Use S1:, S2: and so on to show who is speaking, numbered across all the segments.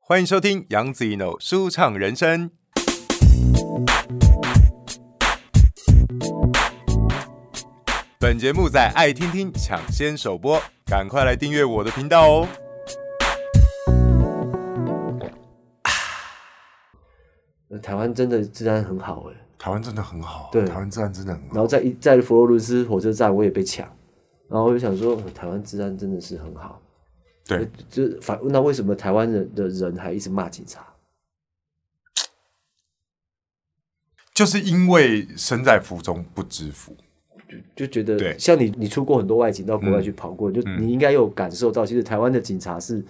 S1: 欢迎收听杨子一 n o 舒畅人生。本节目在爱听听抢先首播，赶快来订阅我的频道哦！
S2: 呃台湾真的治安很好哎、
S3: 台湾真的很好，
S1: 啊
S2: 对
S3: 台湾治安真的很
S2: 然
S3: 好。
S2: 后在一在佛罗伦斯火车站我也被抢，然后我就想说，呃台湾治安真的是很好，
S3: 对
S2: 呃，就是反那为什么台湾人的人还一直骂警察？
S3: 就是因为身在福中不知福，
S2: 就觉得
S3: 对嗯
S2: 像你，你出过很多外景到国外去跑过，就你应该有感受到，其实台湾的警察是，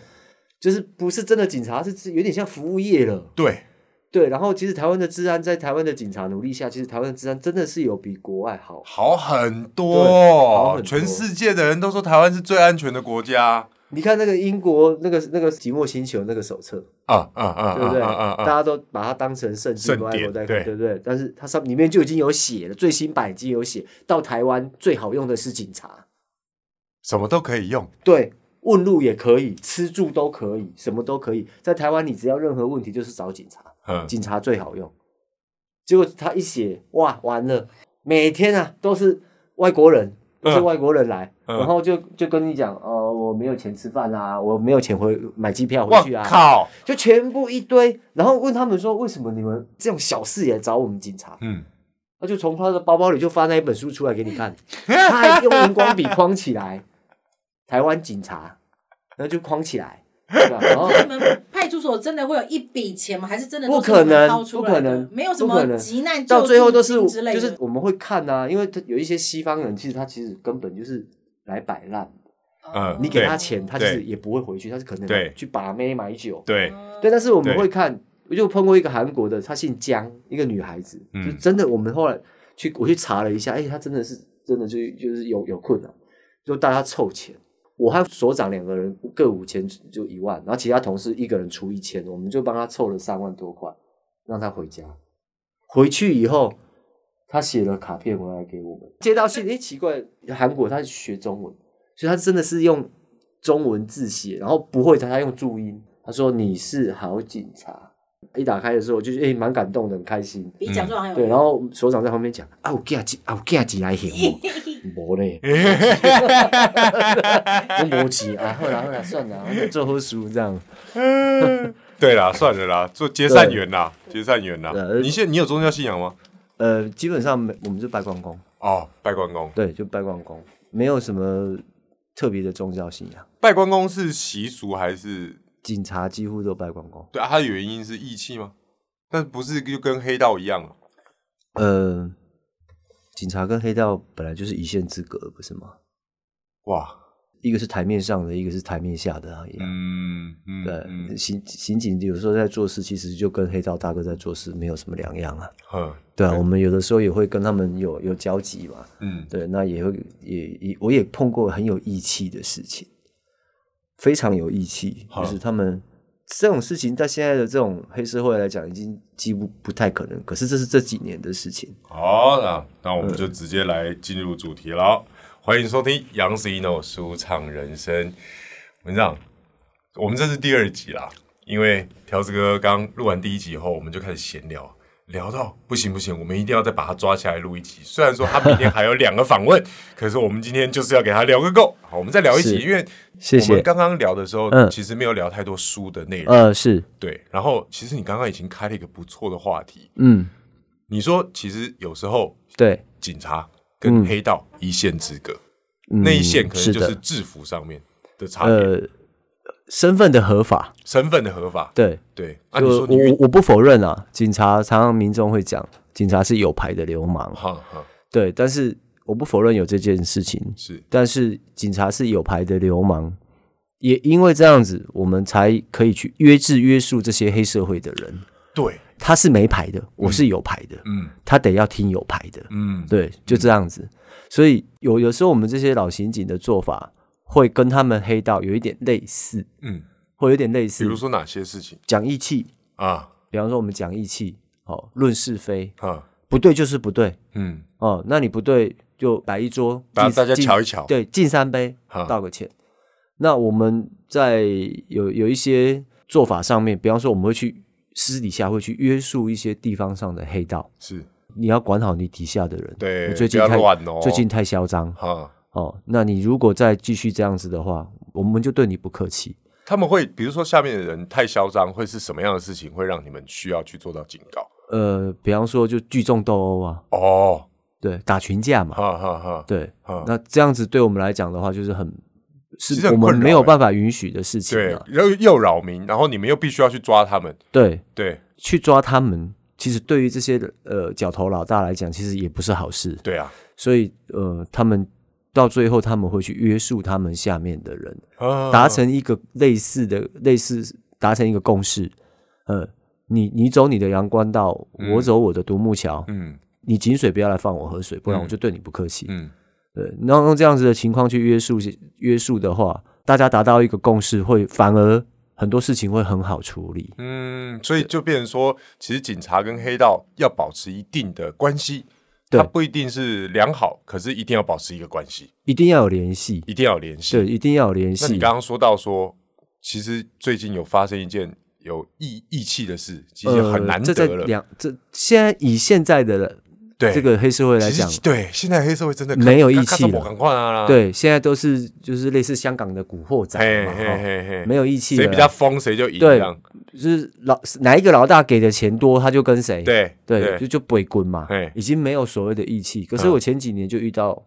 S2: 就是不是真的警察，是是有点像服务业了。
S3: 对，
S2: 对，然后其实台湾的治安在台湾的警察努力下，其实台湾的治安真的是有比国外好。
S3: 好很
S2: 对好
S3: 多，
S2: 很多
S3: 全世界的人都说台湾是最安全的国家。
S2: 你看那个英国那个那个《寂寞星球》那个手册，
S3: 啊啊啊
S2: 对不对？
S3: 啊啊
S2: 大
S3: 啊！
S2: 家都把它当成圣经
S3: 圣
S2: 都在
S3: 典
S2: 看，
S3: 对
S2: 对不对？但是它上里面就已经有写了，最新版已经有写到台湾最好用的是警察，
S3: 什么都可以用，
S2: 对，问路也可以，吃住都可以，什么都可以。在台湾，你只要任何问题就是找警察，
S3: 嗯，
S2: 警察最好用。结果他一写，哇，完了，每天啊都是外国人，都是
S3: 嗯
S2: 外国人来，
S3: 嗯
S2: 然后就就跟你讲，哦，我没有钱吃饭啊，我没有钱回买机票
S3: 哇
S2: 回去啊，
S3: 靠，
S2: 就全部一堆，然后问他们说，为什么你们这种小事也找我们警察？
S3: 嗯，
S2: 他就从他的包包里就翻那一本书出来给你看，他还用荧光笔框起来，台湾警察，然后就框起来，对吧？然后
S4: 你们派出所真的会有一笔钱吗？还是真的都
S2: 不
S4: 是你
S2: 可
S4: 们
S2: 能
S4: 掏出
S2: 不
S4: 来的
S2: 可能
S4: 没有什
S2: 不可
S4: 么
S2: 能
S4: 急难救
S2: 到最后都是
S4: 助金之类
S2: 就
S4: 的
S2: 是我们会看呐、因为他有一些西方人，其实他其实根本就是来摆烂，
S3: 嗯
S2: 你给他
S3: 对
S2: 钱，他其
S3: 对
S2: 实也不会回去，他是可
S3: 对
S2: 能去把妹买酒，
S3: 对，
S2: 对，但是我们
S3: 对
S2: 会看，我就碰过一个韩国的，她姓姜，一个女孩子，
S3: 嗯
S2: 就真的，我们后来去我去查了一下，哎、她真的是真的就就是有有困难，就大家凑钱，我和所长两个人各五千，就一万，然后其他同事一个人出一千，我们就帮她凑了三万多块，让她回家。回去以后，她写了卡片回来给我们，接到信，哎、奇怪，韩国她学中文，所以她真的是用中文字写，然后不会他他用注音。他说你是好警察。一打开的时候，我就觉得诶蛮、感动的，很开心。
S4: 比奖状还有
S2: 嗯对，然后所长在旁边讲：“啊，我架几啊，我架几来行哦， 无嘞，我无钱啊，后来后来算了，我做后书这样。
S3: 对啦，算了啦，做结善缘啦，结善缘啦
S2: 对。啊
S3: 你现在你有宗教信仰吗？
S2: 呃，基本上没我们就拜关公，
S3: 哦，拜关公，
S2: 对，就拜关公，没有什么特别的宗教信仰。
S3: 拜关公是习俗还是？
S2: 警察几乎都拜关公。
S3: 对啊，它的原因是义气吗？但不是就跟黑道一样了？
S2: 呃，警察跟黑道本来就是一线之隔，不是吗？
S3: 哇，
S2: 一个是台面上的，一个是台面下的行业。
S3: 嗯嗯，
S2: 对，
S3: 嗯
S2: 刑刑警有时候在做事，其实就跟黑道大哥在做事没有什么两样啊。
S3: 哼
S2: 对啊，我们有的时候也会跟他们有有交集嘛。
S3: 嗯，
S2: 对，那也会也也我也碰过很有义气的事情，非常有义气，
S3: 好
S2: 就是他们这种事情在现在的这种黑社会来讲，已经几乎不太可能。可是这是这几年的事情。
S3: 好，那那我们就直接来进入主题了。欢迎收听杨 C No 舒畅人生。文长，我们这是第二集啦，因为条子哥刚录完第一集以后，我们就开始闲聊，聊到不行不行，我们一定要再把他抓起来录一集。虽然说他明天还有两个访 问，可是我们今天就是要给他聊个够。好，我们再聊一集，
S2: 是
S3: 因为
S2: 谢
S3: 我
S2: 谢
S3: 们。刚刚聊的时候，
S2: 嗯
S3: 其实没有聊太多书的内容。
S2: 呃，是，
S3: 对，然后其实你刚刚已经开了一个不错的话题，
S2: 嗯，
S3: 你说其实有时候
S2: 对，
S3: 警察跟黑道一线之隔，
S2: 嗯、
S3: 那一线可能就是是
S2: 的
S3: 制服上面的差别，
S2: 呃，身份的合法，
S3: 身份的合法。
S2: 对。
S3: 对，那、
S2: 就
S3: 你说你
S2: 我
S3: 遇
S2: 我不否认啊，警察常常民众会讲，警察是有牌的流氓，
S3: 哈哈
S2: 对，但是我不否认有这件事情，
S3: 是
S2: 但是警察是有牌的流氓，也因为这样子，我们才可以去约制约束这些黑社会的人。
S3: 对，
S2: 他是没牌的，我是有牌的，
S3: 嗯
S2: 他得要听有牌的，
S3: 嗯
S2: 对，就这样子。所以有有时候我们这些老刑警的做法会跟他们黑道有一点类似，
S3: 嗯，
S2: 会有点类
S3: 比
S2: 似
S3: 如，说哪些事情
S2: 讲义气，
S3: 啊？
S2: 比方说我们讲义气，哦，论是非，
S3: 哈，
S2: 不对就是不对
S3: 嗯，
S2: 哦，那你不对就摆一桌，
S3: 大
S2: 敬
S3: 大家
S2: 敬
S3: 瞧一瞧
S2: 对，敬三杯
S3: 哈，
S2: 道个歉。那我们在有有一些做法上面，比方说我们会去私底下会去约束一些地方上的黑道，
S3: 是
S2: 你要管好你底下的人。
S3: 对
S2: 你最近
S3: 不要
S2: 太
S3: 乱哦
S2: 最近太嚣张
S3: 哈。
S2: 哦。那你如果再继续这样子的话，我们就对你不客气。
S3: 他们会，比如说下面的人太嚣张，会是什么样的事情会让你们需要去做到警告？
S2: 呃，比方说就聚众斗殴啊，
S3: 哦，
S2: 对，打群架嘛，
S3: 哈哈哈，
S2: 对
S3: 啊。
S2: 那这样子对我们来讲的话，就是很
S3: 其实
S2: 是
S3: 很
S2: 我
S3: 困
S2: 们
S3: 扰
S2: 没有
S3: 欸
S2: 办法允许的事情
S3: 对
S2: 啊。，
S3: 然后又扰民，然后你们又必须要去抓他们，
S2: 对，
S3: 对
S2: 去抓他们，其实对于这些呃角头老大来讲，其实也不是好事。
S3: 对啊，
S2: 所以呃，他们到最后他们会去约束他们下面的人，
S3: 啊
S2: 达成一个类似的类似达成一个共识。呃，你你走你的阳关道，我走我的独木桥。
S3: 嗯
S2: 你井水不要来放我河水，不然我就对你不客气。
S3: 嗯，
S2: 对，然后用这样子的情况去约束约束的话，大家达到一个共识会，反而很多事情会很好处理。
S3: 嗯，所以就变成说，其实警察跟黑道要保持一定的关系，
S2: 对
S3: 它不一定是良好，可是一定要保持一个关系，
S2: 一定要有联系，
S3: 一定要有联系。
S2: 对，一定要有联
S3: 那
S2: 系。
S3: 你刚刚说到说，其实最近有发生一件有义义气的事，其实很难
S2: 呃、这在
S3: 得了。
S2: 两这现在以现在的
S3: 对
S2: 这个黑社会来
S3: 其实
S2: 讲，
S3: 对，现在黑社会真的
S2: 没有义气了
S3: 我赶快啊！，
S2: 对，现在都是就是类似香港的古惑仔
S3: 嘿
S2: 嘛，
S3: 嘿
S2: 哈
S3: 嘿嘿，
S2: 没有义气的
S3: 谁
S2: 啦，
S3: 比较疯谁就赢，这
S2: 对
S3: 样，
S2: 就是老哪一个老大给的钱多，他就跟谁，
S3: 对
S2: 对，就就鬼滚嘛
S3: 嘿，
S2: 已经没有所谓的义气。可是
S3: 嗯
S2: 我前几年就遇到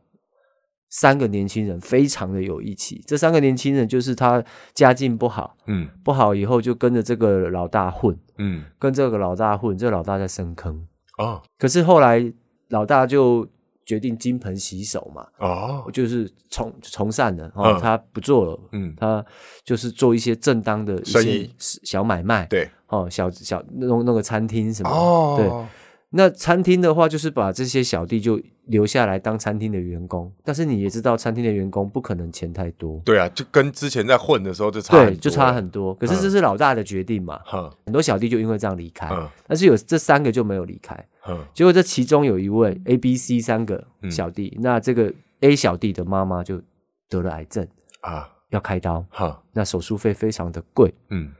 S2: 三个年轻人，非常的有义气。这三个年轻人就是他家境不好，
S3: 嗯
S2: 不好以后就跟着这个老大混，
S3: 嗯
S2: 跟这个老大混，这个老大在深坑。
S3: 哦
S2: 可是后来老大就决定金盆洗手嘛，
S3: 哦，
S2: 就是从从善了哦，
S3: 嗯
S2: 他不做了，
S3: 嗯
S2: 他就是做一些正当的一
S3: 生
S2: 些
S3: 意
S2: 小买卖，
S3: 对
S2: 哦，小小弄弄个餐厅什么的，对。
S3: 哦，
S2: 那餐厅的话，就是把这些小弟就留下来当餐厅的员工，但是你也知道，餐厅的员工不可能钱太多，
S3: 对啊，就跟之前在混的时候就差
S2: 对，
S3: 很
S2: 就
S3: 多
S2: 差
S3: 了
S2: 很多。可是这是老大的决定嘛，
S3: 哼
S2: 很多小弟就因为这样离开，
S3: 嗯
S2: 但是有这三个就没有离开。
S3: 哼
S2: 结果这其中有一位 A、B、C 三个
S3: 嗯
S2: 小弟，那这个 A 小弟的妈妈就得了癌症，
S3: 啊
S2: 要开刀，
S3: 哈
S2: 那手术费非常的贵
S3: 嗯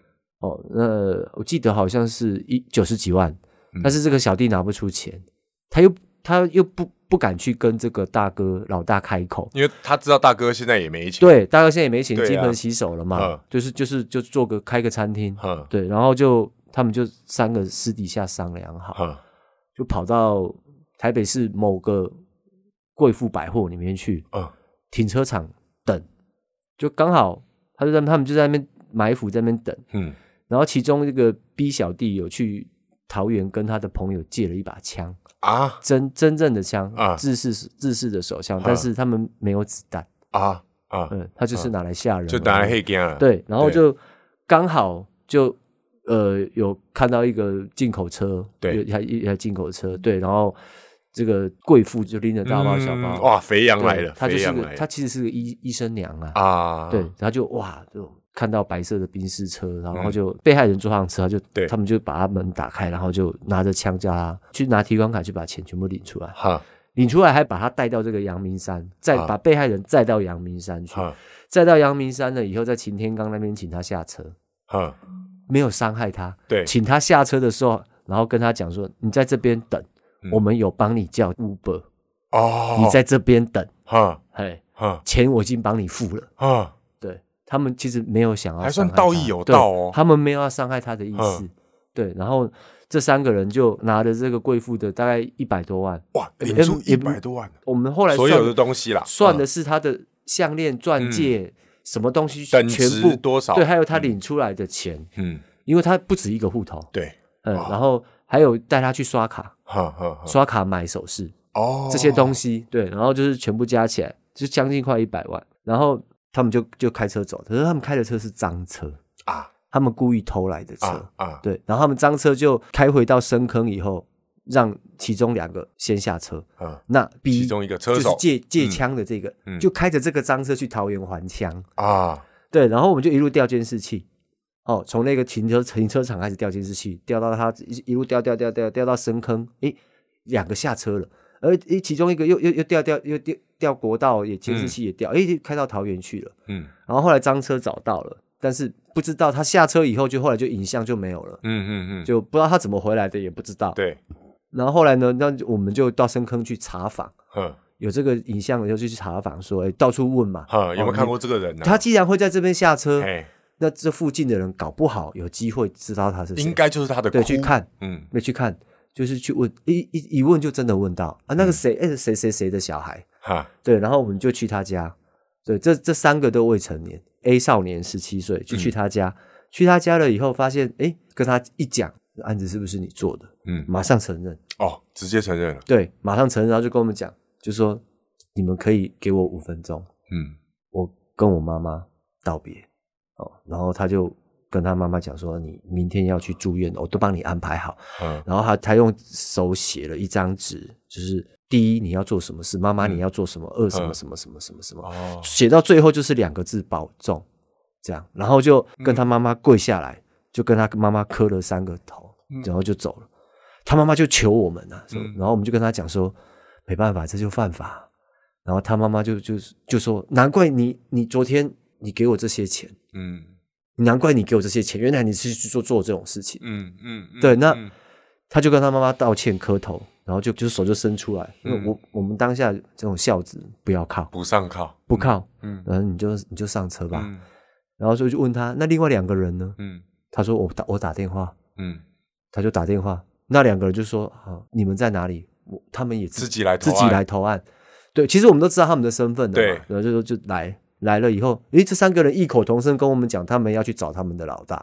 S2: 哦，那我记得好像是一九十几万
S3: 嗯，
S2: 但是这个小弟拿不出钱，他又他又不不敢去跟这个大哥老大开口。
S3: 因为他知道大哥现在也没钱，
S2: 对，大哥现在也没钱，
S3: 对啊
S2: 金盆洗手了嘛，
S3: 嗯
S2: 就是就是就做个开个餐厅，
S3: 哼
S2: 对，然后就他们就三个私底下商量好，
S3: 哼
S2: 就跑到台北市某个贵妇百货里面去
S3: 嗯
S2: 停车场等，就刚好他就在他们就在那边埋伏在那边等，
S3: 嗯
S2: 然后其中这个 B 小弟有去桃园跟他的朋友借了一把枪，
S3: 啊
S2: 真真正的枪
S3: 啊，
S2: 自式自式的手枪，但是他们没有子弹，
S3: 啊啊，
S2: 嗯，他就是拿来吓人而已，
S3: 就拿来黑啊干了，
S2: 对，然后就刚好就呃有看到一个进口车，
S3: 对嗯
S2: 有一台一台进口车，对，然后这个贵妇就拎着大包小包，
S3: 嗯哇，肥羊
S2: 对，
S3: 来了，
S2: 她就
S3: 肥
S2: 是
S3: 羊
S2: 个
S3: 来
S2: 她
S3: 了
S2: 其实是个医医生娘啊，
S3: 啊，
S2: 对，她就哇就看到白色的宾士车，然后就被害人坐上车，她就
S3: 嗯对
S2: 他们就把他门打开，然后就拿着枪叫他去拿提款卡去把钱全部领出来，
S3: 哈
S2: 领出来还把他带到这个阳明山，再
S3: 啊
S2: 把被害人载到阳明山去，
S3: 哈
S2: 载到阳明山了以后，在擎天岗那边请他下车。
S3: 哈，
S2: 没有伤害他，
S3: 对
S2: 请他下车的时候，然后跟他讲说，你在这边等，我们有帮你叫 Uber，、
S3: 嗯哦，
S2: 你在这边等，
S3: 哈
S2: 嘿，
S3: 哈
S2: 钱我已经帮你付了，
S3: 哈，
S2: 对他们其实没有想要
S3: 还
S2: 伤
S3: 算
S2: 害
S3: 道
S2: 他
S3: 义有
S2: 对
S3: 道哦
S2: 他们没有要伤害他的意思
S3: 嗯，
S2: 对，然后这三个人就拿着这个贵妇的大概一百多万，
S3: 哇，领
S2: 也
S3: 出
S2: 也
S3: 一百多万，
S2: 我们后来
S3: 所
S2: 算
S3: 有的东西啦，
S2: 算的
S3: 嗯
S2: 是他的项链、钻戒、什么东西
S3: 等
S2: 全
S3: 值
S2: 部
S3: 多少
S2: 对，还有他领出来的钱，
S3: 嗯，
S2: 因为他不止一个户头，
S3: 对，
S2: 嗯，然后还有带他去刷卡，
S3: 哈哈哈，
S2: 刷卡买首饰
S3: 哦，
S2: 这些东西，对，然后就是全部加起来就将近快一百万，然后他们就就开车走，可是他们开的车是赃车，
S3: 啊
S2: 他们故意偷来的车，
S3: 啊啊，
S2: 对，然后他们赃车就开回到深坑以后，让其中两个先下车，
S3: 嗯
S2: 那 B
S3: 其中一个车
S2: 就是
S3: 手
S2: 借借枪的这个，
S3: 嗯
S2: 就开着这个赃车去桃园还枪，
S3: 啊，
S2: 对，然后我们就一路调监视器，哦，从那个停车停车场开始调监视器，调到他一一路调调调调调到深坑，诶，两个下车了，而诶其中一个又又又调调又调调国道也监视器也调，诶，开到桃园去了，
S3: 嗯
S2: 然后后来赃车找到了，但是不知道他下车以后就后来就影像就没有了，
S1: 嗯嗯嗯，
S2: 就不知道他怎么回来的，也不知道。
S1: 对，
S2: 然后后来呢，那我们就到深坑去查访，
S3: 哼
S2: 有这个影像，就去查访说，哎，到处问嘛。
S3: 哼，有没有
S2: 哦
S3: 看过这个人啊呢？
S2: 他既然会在这边下车，
S3: 哎，
S2: 那这附近的人搞不好有机会知道他是谁，
S3: 应该就是他的
S2: 对
S3: 哭
S2: 去，看，
S1: 嗯
S2: 没去看，就是去问一一一问就真的问到啊，
S3: 嗯
S2: 那个谁，哎、谁谁谁的小孩，
S3: 哈，
S2: 对，然后我们就去他家，对，这这三个都未成年，A 少年十七岁，就去
S3: 嗯
S2: 他家，去他家了以后发现，哎，跟他一讲，案子是不是你做的？
S1: 嗯
S2: 马上承认，
S3: 哦，直接承认了，
S2: 对，马上承认，然后就跟我们讲，就说你们可以给我五分钟，
S1: 嗯
S2: 我跟我妈妈道别哦，然后他就跟他妈妈讲说，你明天要去住院，我都帮你安排好。
S3: 嗯
S2: 然后他他用手写了一张纸，就是第一你要做什么事，妈妈你要做什么，二什么什么什么什么什么，
S3: 哦，
S2: 写到最后就是两个字保重，这样，然后就
S1: 嗯
S2: 跟他妈妈跪下来，就跟他妈妈磕了三个头，
S1: 嗯
S2: 然后就走了。他妈妈就求我们啊，说然后我们就跟他讲说，没办法，这就犯法。然后他妈妈就就就说，难怪你你昨天你给我这些钱，
S1: 嗯
S2: 难怪你给我这些钱，原来你是去做做这种事情。
S1: 嗯嗯，
S2: 对，那
S1: 嗯
S2: 他就跟他妈妈道歉磕头，然后就就手就伸出来，因
S1: 嗯
S2: 为我我们当下这种孝子不要靠，
S3: 不上靠，
S2: 不靠，
S1: 嗯
S2: 然后你就你就上车吧。
S1: 嗯
S2: 然后所以就问他，那另外两个人呢？
S1: 嗯
S2: 他说我打我打电话，
S1: 嗯
S2: 他就打电话，那两个人就说啊，你们在哪里？我他们也
S3: 自己来投案
S2: 自己来投案。对，其实我们都知道他们的身份的
S3: 对
S2: 嘛，然后就说就来来了以后，诶，这三个人异口同声跟我们讲，他们要去找他们的老大。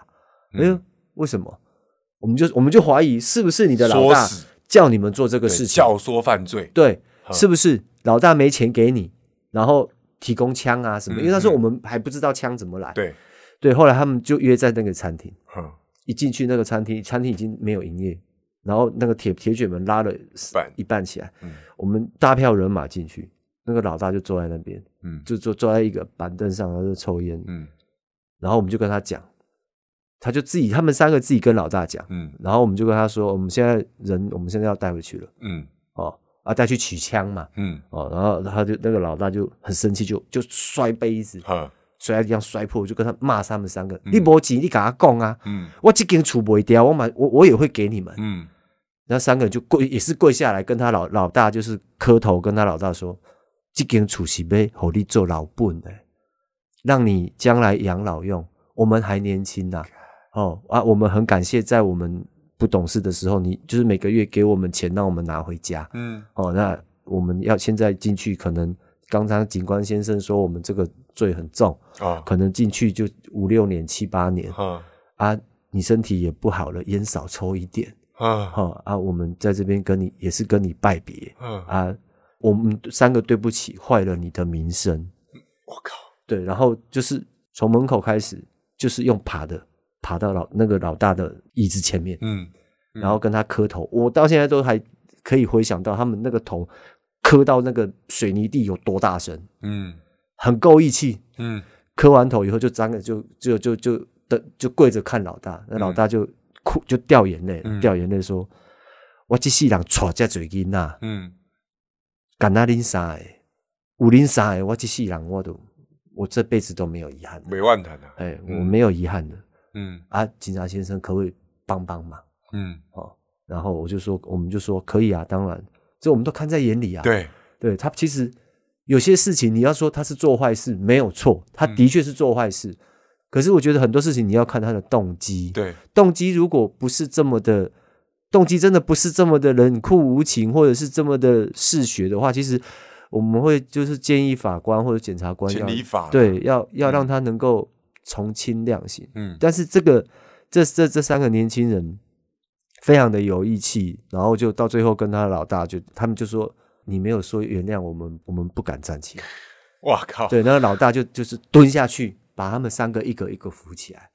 S2: 哎
S3: 嗯
S2: 呦，为什么？我们就我们就怀疑是不是你的老
S3: 唆
S2: 大
S3: 使
S2: 叫你们做这个
S3: 对
S2: 事情？
S3: 教唆犯罪，
S2: 对，是不是老大没钱给你，然后提供枪啊
S3: 嗯
S2: 什么？因为那时候我们还不知道枪怎么来。
S3: 对，
S2: 对，后来他们就约在那个餐厅，
S3: 哼，
S2: 一进去那个餐厅，餐厅已经没有营业，然后那个铁铁卷门拉了
S3: 半
S2: 一半起来，
S3: 嗯
S2: 我们大票人马进去，那个老大就坐在那边，
S1: 嗯
S2: 就坐坐在一个板凳上，然后就抽烟，
S1: 嗯
S2: 然后我们就跟他讲，他就自己他们三个自己跟老大讲，
S1: 嗯
S2: 然后我们就跟他说，我们现在人我们现在要带回去了
S1: 嗯
S2: 哦，啊带去取枪嘛，
S1: 嗯
S2: 哦，然后他就那个老大就很生气，就就摔杯子，
S3: 哼，
S2: 摔在地上摔破，就跟他骂他们三个，你没钱你跟他讲啊，
S1: 嗯
S2: 我这间处不掉，我买我我也会给你们。
S1: 嗯
S2: 那三个人就跪，也是跪下来跟他老老大就是磕头，跟他老大说，这间厝是要给你做老本的，让你将来养老用。我们还年轻呐、哦啊，我们很感谢在我们不懂事的时候，你就是每个月给我们钱，让我们拿回家。
S1: 嗯
S2: 哦，那我们要现在进去，可能刚刚警官先生说我们这个罪很重，
S3: 啊，
S2: 可能进去就五六年、七八年
S3: 哼，
S2: 啊，你身体也不好了，烟少抽一点，
S3: 哼，
S2: 哈、啊，我们在这边跟你也是跟你拜别
S3: 哼，
S2: 啊，我们三个对不起，坏了你的名声，
S3: 我靠，
S2: 对，然后就是从门口开始，就是用爬的爬到老那个老大的椅子前面，
S3: 嗯，
S2: 然后跟他磕头。我到现在都还可以回想到他们那个头磕到那个水泥地有多大声，
S1: 嗯
S2: 很够义气。
S1: 嗯
S2: 磕完头以后就张着就就就就的就跪着看老大，那老大就哭就掉眼泪，掉眼泪说：“我这世人娶这嘴囡仔，
S1: 嗯
S2: 敢那恁三个，有恁三个，我这世人我都我这辈子都没有遗憾的，
S3: 没万谈啊，
S2: 哎，我没有遗憾的
S1: 嗯
S2: 啊！警察先生可不可以帮帮忙？”
S1: 嗯
S2: 然后我就说，我们就说可以啊，当然，这我们都看在眼里啊。
S3: 对，
S2: 对，他其实有些事情你要说他是做坏事没有错，他
S3: 嗯
S2: 的确是做坏事。可是我觉得很多事情你要看他的动机，
S3: 对，
S2: 动机如果不是这么的，动机真的不是这么的冷酷无情，或者是这么的嗜血的话，其实我们会就是建议法官或者检察官
S3: 情
S2: 要
S3: 理法嗯啦，
S2: 对要要让他能够从轻量刑。
S1: 嗯
S2: 但是这个这这这三个年轻人非常的有义气，然后就到最后跟他的老大就他们就说你没有说原谅我们，我们不敢站起来。
S3: 哇靠，
S2: 对，那个老大就就是蹲下去，把他们三个一个一个扶起来，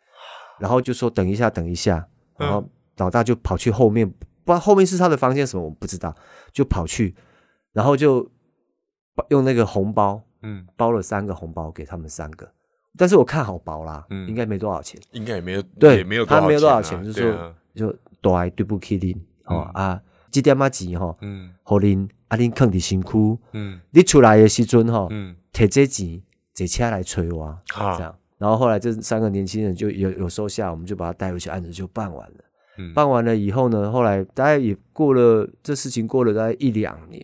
S2: 然后就说等一下，等一下，然后老大就跑去后面，不知道后面是他的房间什么，我不知道，就跑去，然后就把用那个红包
S1: 嗯
S2: 包了三个红包给他们三个，但是我看好薄啦，
S1: 嗯
S2: 应该没多少钱。
S3: 应该也没有，
S2: 对，
S3: 也没有，
S2: 他没有多少
S3: 钱啊，
S2: 钱，就
S3: 对
S2: 说、
S3: 啊嗯
S2: 就大爱对不起您哦、啊，这点仔钱吼，
S1: 嗯
S2: 互您啊您放伫身躯，
S1: 嗯
S2: 你出来的时阵吼，哦
S1: 嗯
S2: 摕、这钱坐车来找我，
S3: 啊
S2: 这样，然后后来这三个年轻人就有有收下，我们就把他带回去，案子就办完了。
S3: 嗯
S2: 办完了以后呢，后来大概也过了这事情过了大概一两年，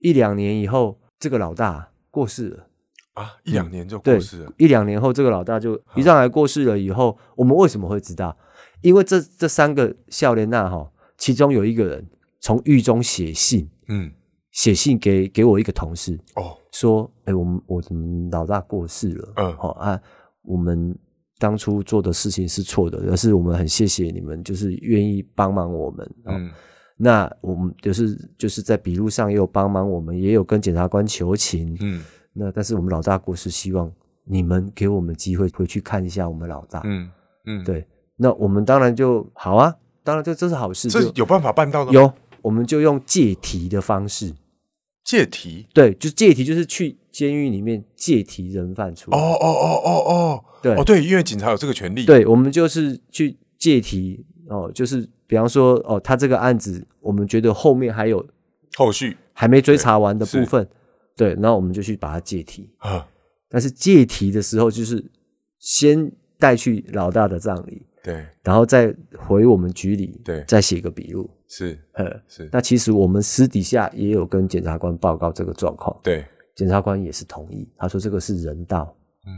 S2: 一两年以后，这个老大过世了。
S3: 啊，一两年就
S2: 对
S3: 过世了，，
S2: 一两年后，这个老大就一上来过世了。以后我们为什么会知道？因为这这三个笑莲娜哈，其中有一个人从狱中写信，
S3: 嗯，
S2: 写信给给我一个同事
S3: 哦，
S2: 说：“哎、我们我们老大过世了，
S3: 嗯
S2: 好、啊，我们当初做的事情是错的，但是我们很谢谢你们，就是愿意帮忙我们，哦
S3: 嗯
S2: 那我们就是就是在笔录上也有帮忙我们，也有跟检察官求情，
S3: 嗯
S2: 那但是我们老大国是希望你们给我们机会回去看一下我们老大。
S3: 嗯嗯，，
S2: 对，那我们当然就好啊，当然这这是好事，
S3: 这
S2: 就
S3: 有办法办到的吗，
S2: 有我们就用借题的方式，
S3: 借题，
S2: 对，就借题就是去监狱里面借题人犯出
S3: 哦
S2: 来。
S3: 哦哦哦哦，
S2: 对
S3: 哦对，因为警察有这个权利，，
S2: 对，我们就是去借题哦，就是比方说哦，他这个案子我们觉得后面还有
S3: 后续
S2: 还没追查完的
S3: 对
S2: 部分，对，那我们就去把它借题。
S3: 啊，
S2: 但是借题的时候，就是先带去老大的葬礼，
S3: 对
S2: 然后再回我们局里，
S3: 对
S2: 再写个笔录。
S3: 是
S2: 呃，
S3: 是，
S2: 那其实我们私底下也有跟检察官报告这个状况，
S3: 对，
S2: 检察官也是同意，他说这个是人道
S3: 嗯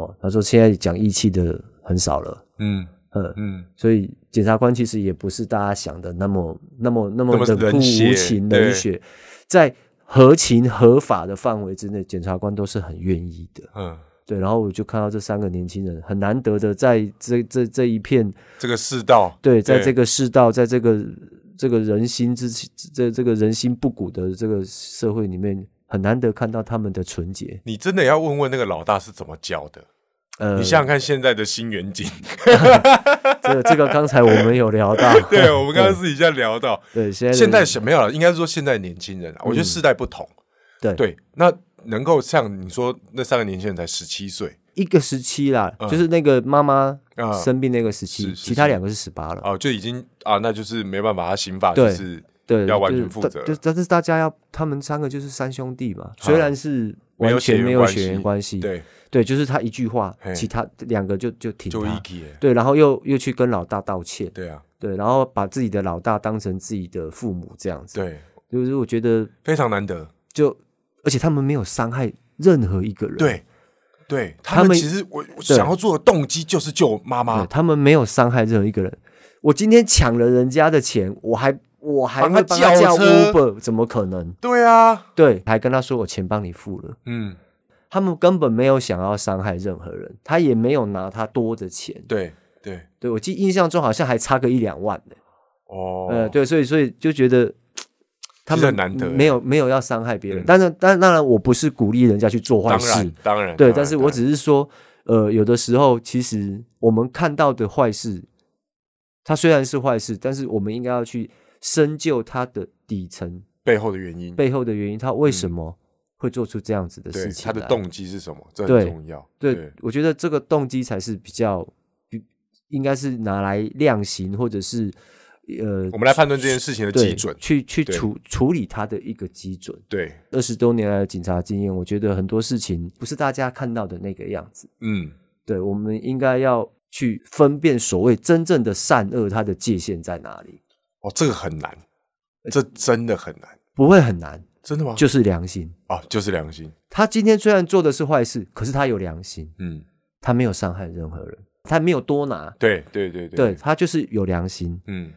S2: 哦，他说现在讲义气的很少了，
S3: 嗯
S2: 呃，
S3: 嗯，
S2: 所以检察官其实也不是大家想的那么那么那么
S3: 那么
S2: 冷酷
S3: 冷血
S2: 无情
S3: 对
S2: 冷血，在合情合法的范围之内，检察官都是很愿意的。
S3: 嗯，
S2: 对，然后我就看到这三个年轻人很难得的在这这这一片
S3: 这个世道，
S2: 对，在这
S3: 个
S2: 个世道，在这个这个人心之这这个人心不古的这个社会里面，很难得看到他们的纯洁。
S3: 你真的要问问那个老大是怎么教的，
S2: 呃，
S3: 你想想看现在的新远景，，
S2: 这个这个刚才我们有聊到
S3: 对我们刚刚私底下聊到，
S2: 对现在的
S3: 现在是没有了，应该是说现在年轻人啊，我觉得
S2: 嗯
S3: 世代不同，
S2: 对
S3: 对，那能够像你说那三个年轻人才十七岁
S2: 一个时期啦，
S3: 嗯
S2: 就是那个妈妈
S3: 啊
S2: 生病那个时期，
S3: 是是
S2: 其他
S3: 是
S2: 两个是十八了。
S3: 哦，就已经啊，那就是没办法，他刑法就
S2: 对
S3: 是
S2: 对，
S3: 要完
S2: 就
S3: 全
S2: 是
S3: 负
S2: 大
S3: 责啊
S2: 就但是大家要，他们三个就是三兄弟嘛，虽然是
S3: 没有
S2: 完
S3: 血
S2: 全
S3: 缘
S2: 没有
S3: 关
S2: 血缘
S3: 系
S2: 关系，
S3: 对，
S2: 对，就是他一句话
S3: 嘿，
S2: 其他两个就就挺
S3: 就一
S2: 他，
S3: 起耶，
S2: 对，然后又又去跟老大道歉，
S3: 对啊，
S2: 对，然后把自己的老大当成自己的父母这样子，
S3: 对，
S2: 就是我觉得
S3: 非常难得，
S2: 就，而且他们没有伤害任何一个人，
S3: 对，对他
S2: 他
S3: 们
S2: 们
S3: 其实我我想要做的动机就是救妈
S2: 对，
S3: 妈，
S2: 他们没有伤害任何一个人。我今天抢了人家的钱，我还我还
S3: 帮他
S2: 会帮他
S3: 叫
S2: 叫
S3: 车
S2: Uber，怎么可能？
S3: 对啊，
S2: 对，还跟他说我钱帮你付了。
S3: 嗯，
S2: 他们根本没有想要伤害任何人，他也没有拿他多的钱。
S3: 对对，
S2: 对我记印象中好像还差个一两万呢、
S3: 哦，
S2: 呃，，对，所以所以就觉得他
S3: 其实
S2: 们
S3: 很难得欸
S2: 没有没有要伤害别人。
S3: 嗯
S2: 当然，当然，当然，我不是鼓励人家去做坏
S3: 当
S2: 事
S3: 然，当然，
S2: 对，
S3: 当
S2: 但
S3: 然
S2: 是
S3: 当
S2: 我
S3: 然
S2: 只是说，呃，有的时候其实我们看到的坏事，它虽然是坏事，但是我们应该要去深究它的底层
S3: 背后的原因，
S2: 背后的原因，它为什么会做出这样子的
S3: 嗯对
S2: 事情
S3: 他
S2: 来、
S3: 的动机是什么，这很
S2: 对
S3: 重要，
S2: 对，我觉得这个动机才是比较，比应该是拿来量刑或者是呃，
S3: 我们来判断这件事情的
S2: 对
S3: 基准，
S2: 去去
S3: 对
S2: 处处理它的一个基准。
S3: 对，
S2: 二十多年来的警察经验，我觉得很多事情不是大家看到的那个样子。
S3: 嗯，
S2: 对，我们应该要去分辨所谓真正的善恶，它的界限在哪里，
S3: 哦，这个很难，这真的很难，
S2: 不会很难，
S3: 真的吗？
S2: 呃就是良心。
S3: 啊，就是良心，
S2: 他今天虽然做的是坏事，可是他有良心，
S3: 嗯，
S2: 他没有伤害任何人，他没有多拿，
S3: 对对对
S2: 对，他就是有良心。
S3: 嗯，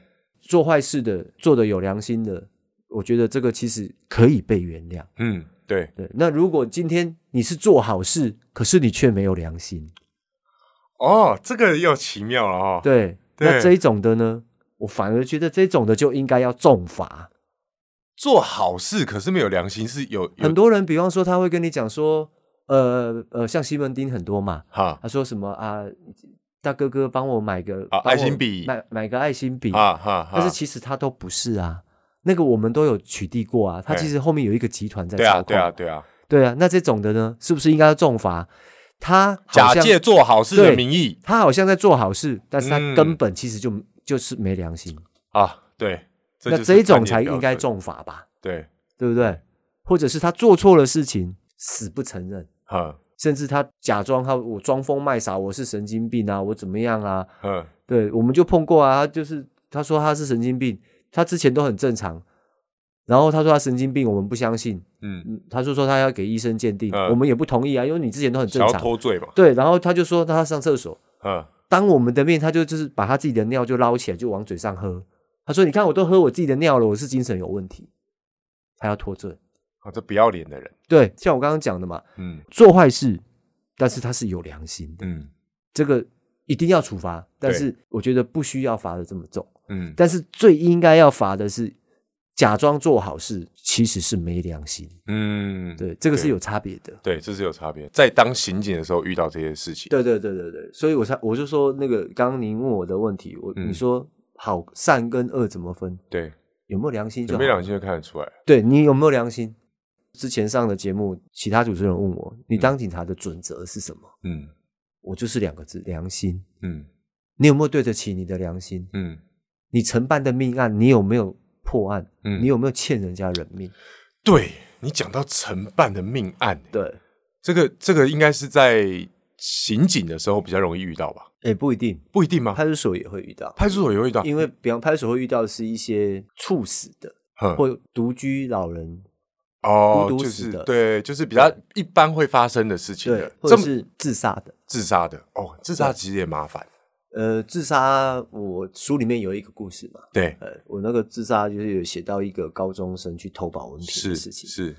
S2: 做坏事的，做的有良心的，我觉得这个其实可以被原谅。
S3: 嗯，对，
S2: 对，那如果今天你是做好事，可是你却没有良心，
S3: 哦，这个又奇妙了哦，
S2: 对，
S3: 对
S2: 那这一种的呢，我反而觉得这种的就应该要重罚。
S3: 做好事可是没有良心是有有
S2: 很多人，比方说他会跟你讲说，呃呃，像西门町很多嘛，
S3: 哈
S2: 他说什么啊，大哥哥帮我买个
S3: 啊
S2: 帮我
S3: 爱心笔
S2: 买买个爱心笔，
S3: 啊哈哈，
S2: 但是其实他都不是啊。那个我们都有取缔过啊，他
S3: 对
S2: 其实后面有一个集团在
S3: 哎对啊
S2: 操控，
S3: 对啊对啊，
S2: 对啊那这种的呢，是不是应该要重罚？他
S3: 假
S2: 好像
S3: 借做好事的
S2: 对
S3: 名义
S2: 他好像在做好事，但是他
S3: 嗯
S2: 根本其实就、就是没良心，
S3: 啊，对，
S2: 那
S3: 就是
S2: 这一种
S3: 专业
S2: 才
S3: 标
S2: 应该
S3: 准，
S2: 重罚吧，
S3: 对，
S2: 对不对？或者是他做错了事情死不承认，
S3: 哈，
S2: 甚至他假装他我装疯卖傻，我是神经病啊，我怎么样啊？
S3: 嗯，
S2: 对，我们就碰过啊，他就是他说他是神经病，他之前都很正常，然后他说他神经病，我们不相信，
S3: 嗯，
S2: 嗯，他就说他要给医生鉴定，
S3: 嗯
S2: 我们也不同意啊，因为你之前都很正
S3: 想要
S2: 常，
S3: 脱罪嘛，
S2: 对，然后他就说他上厕所，
S3: 嗯，
S2: 当我们的面，他就就是把他自己的尿就捞起来就往嘴上喝，他说你看我都喝我自己的尿了，我是精神有问题，他要脱罪，
S3: 啊，这不要脸的人，
S2: 对，像我刚刚讲的嘛，
S3: 嗯
S2: 做坏事，但是他是有良心的，
S3: 嗯
S2: 这个一定要处罚，但
S3: 对
S2: 是我觉得不需要罚的这么重。
S3: 嗯，
S2: 但是最应该要罚的是假装做好事，其实是没良心。
S3: 嗯，
S2: 对，这个是
S3: 对
S2: 有差别的。
S3: 对，这是有差别。在当刑警的时候遇到这些事情，
S2: 对对对对对，所以我才我就说那个刚刚您问我的问题，我、
S3: 嗯
S2: 你说好善跟恶怎么分？
S3: 对，
S2: 有没有良心就
S3: 有
S2: 好？
S3: 没有良心就看得出来。
S2: 对你有没有良心？之前上的节目，其他主持人问我，你当警察的准则是什么？
S3: 嗯
S2: 我就是两个字：良心。
S3: 嗯
S2: 你有没有对得起你的良心？
S3: 嗯
S2: 你承办的命案，你有没有破案？
S3: 嗯，
S2: 你有没有欠人家人命？
S3: 对你讲到承办的命案，
S2: 对，
S3: 这个这个应该是在刑警的时候比较容易遇到吧？
S2: 也不一定，
S3: 不一定吗？
S2: 派出所也会遇到，
S3: 派出所也会遇到，
S2: 因为比方派出所会遇到的是一些猝死的
S3: 哼
S2: 或独居老人，
S3: 哦，
S2: 孤独
S3: 就
S2: 死
S3: 是
S2: 的
S3: 对，就是比较一般会发生的事情
S2: 对
S3: 的，，
S2: 或
S3: 这
S2: 者
S3: 么
S2: 是自杀的。
S3: 自杀的哦，自杀其实也麻烦，
S2: 呃，自杀，我书里面有一个故事嘛，
S3: 对，
S2: 呃，我那个自杀就是有写到一个高中生去偷保温瓶
S3: 是
S2: 的事情，
S3: 是，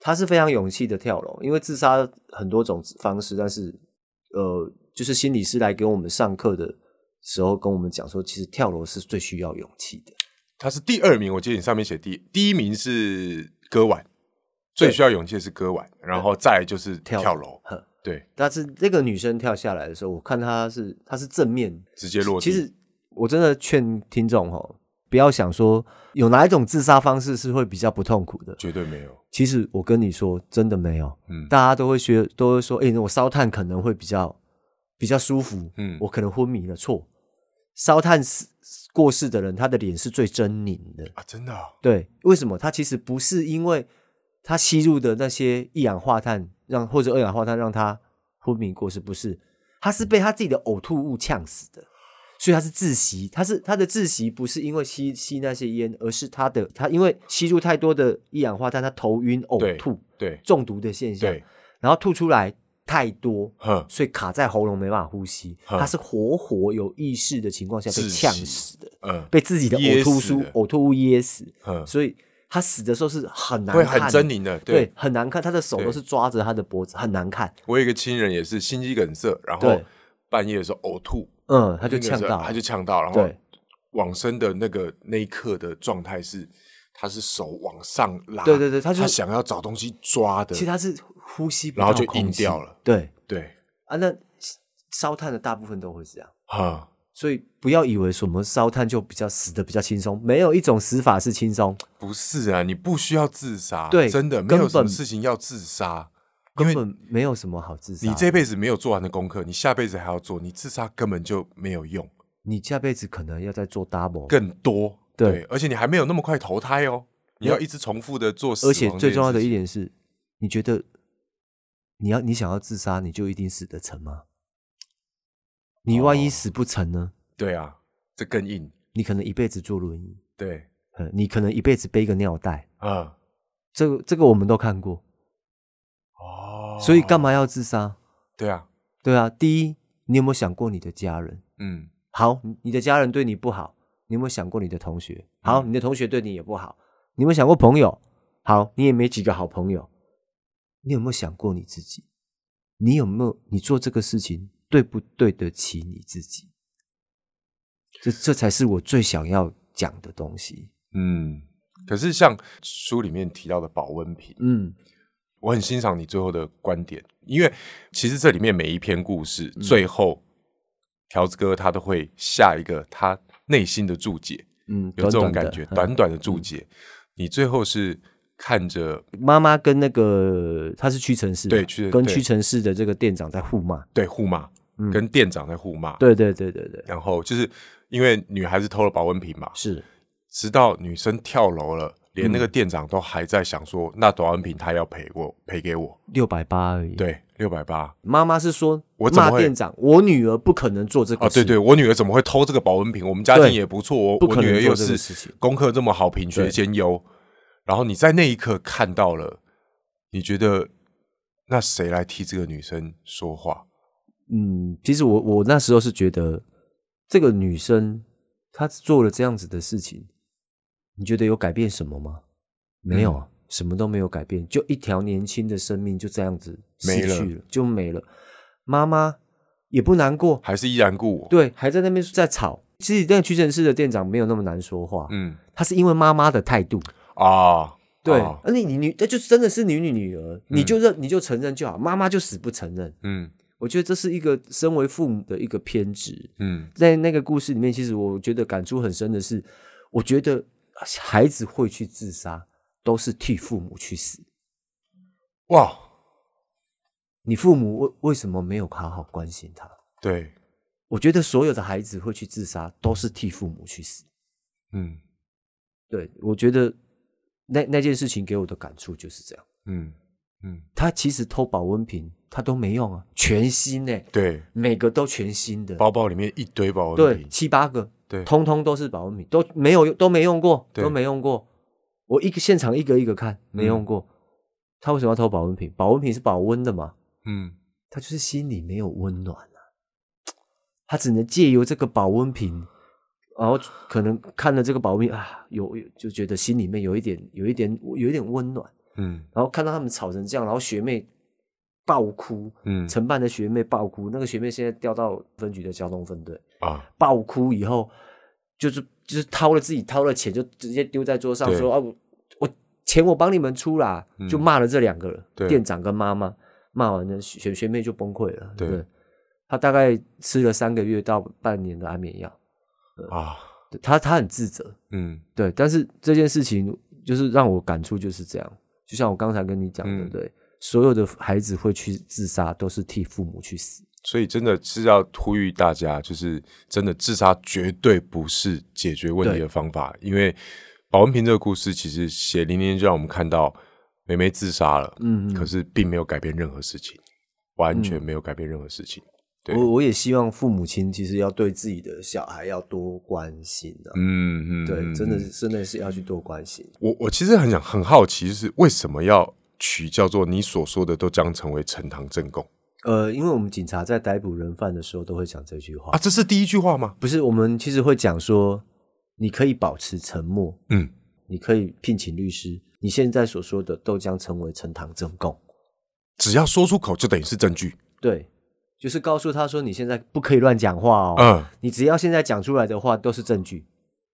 S2: 他是非常勇气的跳楼，因为自杀很多种方式，但是呃，就是心理师来给我们上课的时候跟我们讲说，其实跳楼是最需要勇气的。
S3: 他是第二名，我记得你上面写第第一名是割腕，最
S2: 对
S3: 需要勇气的是割腕，然后再来就是
S2: 跳
S3: 跳楼，
S2: 呵
S3: 对，
S2: 但是这个女生跳下来的时候，我看她是她是正面
S3: 直接落地。
S2: 其实我真的劝听众哦，不要想说有哪一种自杀方式是会比较不痛苦的。
S3: 绝对没有，
S2: 其实我跟你说，真的没有，
S3: 嗯
S2: 大家都会学，都会说，哎、我烧炭可能会比较比较舒服，
S3: 嗯
S2: 我可能昏迷了。错，烧炭死过世的人，他的脸是最狰狞的。
S3: 啊，真的啊、
S2: 对，为什么？他其实不是因为他吸入的那些一氧化碳让或者二氧化碳让他昏迷过世，不是，他是被他自己的呕吐物呛死的，所以他是窒息，他是他的窒息不是因为吸吸那些烟，而是他的他因为吸入太多的一氧化碳，他头晕、
S3: 对
S2: 呕吐、
S3: 对
S2: 中毒的现象
S3: 对，，
S2: 然后吐出来太多。
S3: 哼，
S2: 所以卡在喉咙没办法呼吸，
S3: 嗯
S2: 他是活活有意识的情况下被
S3: 窒
S2: 呛
S3: 息
S2: 死的，
S3: 嗯
S2: 被自己的
S3: 噎
S2: 呕吐
S3: 死
S2: 物
S3: 的
S2: 呕吐物噎死。
S3: 哼，
S2: 所以他死的时候是很难
S3: 嗯会
S2: 看，
S3: 很狰狞的，
S2: 对，很难看，他的手
S3: 对
S2: 都是抓着他的脖子，很难看，
S3: 我有一个亲人也是心肌梗塞，然后
S2: 对
S3: 半夜的时候呕吐，
S2: 嗯，他就呛
S3: 那
S2: 到
S3: 个
S2: 了，
S3: 啊他就呛到，然后
S2: 对
S3: 往生的那个那一刻的状态是，他是手往上拉，
S2: 对对对他就是
S3: 想要找东西抓的，
S2: 其实他是呼吸不
S3: 然后
S2: 到
S3: 就
S2: 空
S3: 硬
S2: 气
S3: 掉了，
S2: 对
S3: 对
S2: 啊，那烧炭的大部分都会这样，
S3: 啊，
S2: 所以不要以为什么烧炭就比较死的比较轻松，没有一种死法是轻松，
S3: 不是啊，你不需要自杀，
S2: 对
S3: 真的
S2: 根
S3: 没有什么
S2: 本
S3: 事情要自杀，因
S2: 根
S3: 为
S2: 本没有什么好自杀的。
S3: 你这辈子没有做完的功课，你下辈子还要做，你自杀根本就没有用，
S2: 你下辈子可能要再做 double，
S3: 更多
S2: 对
S3: 而且你还没有那么快投胎哦，你要一直重复的做死
S2: 而
S3: 亡这件
S2: 且
S3: 事情，
S2: 最重要的一点是，你觉得你要你想要自杀，你就一定死得成吗？你万一
S3: 哦
S2: 死不成呢？
S3: 对啊，这更硬，
S2: 你可能一辈子坐轮椅，
S3: 对
S2: 呃，你可能一辈子背个尿袋，
S3: 啊，
S2: 这个这个我们都看过，
S3: 哦
S2: 所以干？嘛要自杀？
S3: 对啊，
S2: 对啊，第一，你有没有想过你的家人？
S3: 嗯
S2: 好，你你的家人对你不好，你有没有想过你的同学？好，你的同学对你也不好，你有没有想过朋友？好，你也没几个好朋友，你有没有想过你自己？你有没有你做这个事情对不对得起你自己？这这才是我最想要讲的东西。
S3: 嗯。可是像书里面提到的保温瓶，
S2: 嗯，
S3: 我很欣赏你最后的观点，因为其实这里面每一篇故事、
S2: 嗯
S3: 最后，条子哥他都会下一个他内心的注解，
S2: 嗯，
S3: 有这种
S2: 短短的
S3: 感觉，
S2: 嗯
S3: 短短的注解，你最后是看着
S2: 嗯妈妈跟那个他是屈臣氏嘛，
S3: 对屈臣
S2: 跟
S3: 对
S2: 屈臣氏的这个店长在互骂。
S3: 对互骂，
S2: 嗯
S3: 跟店长在互骂，
S2: 对对对对对，
S3: 然后就是因为女孩子偷了保温瓶嘛，
S2: 是
S3: 直到女生跳楼了，连
S2: 嗯
S3: 那个店长都还在想说，那短文平他要赔我赔给我，
S2: 六百八而已。，
S3: 对，六百八。
S2: 妈妈是说
S3: 我怎么
S2: 骂
S3: 会
S2: 店长，我女儿不可能做这个
S3: 哦，
S2: 事。
S3: 对对，我女儿怎么会偷这个保温瓶？我们家
S2: 对
S3: 境也不错，我
S2: 不
S3: 我
S2: 可能
S3: 女儿
S2: 做
S3: 又
S2: 这个
S3: 是
S2: 事情
S3: 功课这么好，品学
S2: 对
S3: 兼优。然后你在那一刻看到了，你觉得那谁来替这个女生说话？
S2: 嗯，其实我我那时候是觉得这个女生她做了这样子的事情，你觉得有改变什么吗？
S3: 嗯
S2: 没有啊，什么都没有改变，就一条年轻的生命就这样子
S3: 没
S2: 失
S3: 了
S2: 去了，就没了。妈妈也不难过，
S3: 还是依然故我？
S2: 对，还在那边在吵。其实那个屈臣氏的店长没有那么难说话，
S3: 嗯
S2: 他是因为妈妈的态度，
S3: 啊，
S2: 对，
S3: 啊
S2: 而且你女，那就真的是你女女儿，你就认你就承认就好，妈妈就死不承认。
S3: 嗯
S2: 我觉得这是一个身为父母的一个偏执。
S3: 嗯
S2: 在那个故事里面，其实我觉得感触很深的是，我觉得孩子会去自杀，都是替父母去死。
S3: 哇，
S2: 你父母为为什么没有好好关心他？
S3: 对，
S2: 我觉得所有的孩子会去自杀，都是替父母去死。
S3: 嗯
S2: 对我觉得那那件事情给我的感触就是这样。
S3: 嗯嗯，
S2: 他其实偷保温瓶，他都没用啊，全新呢、
S3: 对，
S2: 每个都全新的，
S3: 包包里面一堆保温
S2: 对，
S3: 瓶，
S2: 七八个，
S3: 对
S2: 通通都是保温瓶，都没有都没用过，
S3: 对嗯
S2: 都没用过。我一个现场一个一个看，没用过。他为什么要偷保温瓶？保温瓶是保温的嘛，
S3: 嗯
S2: 他就是心里没有温暖啊，他只能借由这个保温瓶，然后可能看了这个保温瓶啊，有有就觉得心里面有一点有一点有一点温暖。
S3: 嗯
S2: 然后看到他们吵成这样，然后学妹爆哭，
S3: 嗯
S2: 承办的学妹爆哭，那个学妹现在调到分局的交通分队，
S3: 啊，
S2: 爆哭以后，就是就是掏了自己掏了钱，就直接丢在桌上
S3: 对
S2: 说啊我我钱我帮你们出啦，
S3: 嗯
S2: 就骂了这两个人，
S3: 对
S2: 店长跟妈妈，骂完了学学妹就崩溃了，
S3: 对
S2: 对，她大概吃了三个月到半年的安眠药，
S3: 啊，
S2: 对她她很自责，
S3: 嗯
S2: 对，但是这件事情就是让我感触就是这样，就像我刚才跟你讲的，
S3: 嗯
S2: 对，所有的孩子会去自杀，都是替父母去死。
S3: 所以真的是要呼吁大家，就是真的自杀绝对不是解决问题的方法，因为保温瓶这个故事其实血淋淋就让我们看到梅梅自杀了，
S2: 嗯嗯嗯
S3: 可是并没有改变任何事情，完全没有改变任何事情，对，
S2: 我我也希望父母亲其实要对自己的小孩要多关心啊，
S3: 嗯嗯，
S2: 对，
S3: 嗯
S2: 真的
S3: 嗯
S2: 是真的是要去多关心。
S3: 我我其实很想很好奇，就是为什么要取叫做你所说的都将成为呈堂证供
S2: 呃，因为我们警察在逮捕人犯的时候都会讲这句话，
S3: 啊？这是第一句话吗？
S2: 不是我们其实会讲说，你可以保持沉默，
S3: 嗯，
S2: 你可以聘请律师，你现在所说的都将成为呈堂证供。
S3: 只要说出口就等于是证据。
S2: 对，就是告诉他说你现在不可以乱讲话哦。
S3: 嗯，
S2: 你只要现在讲出来的话都是证据，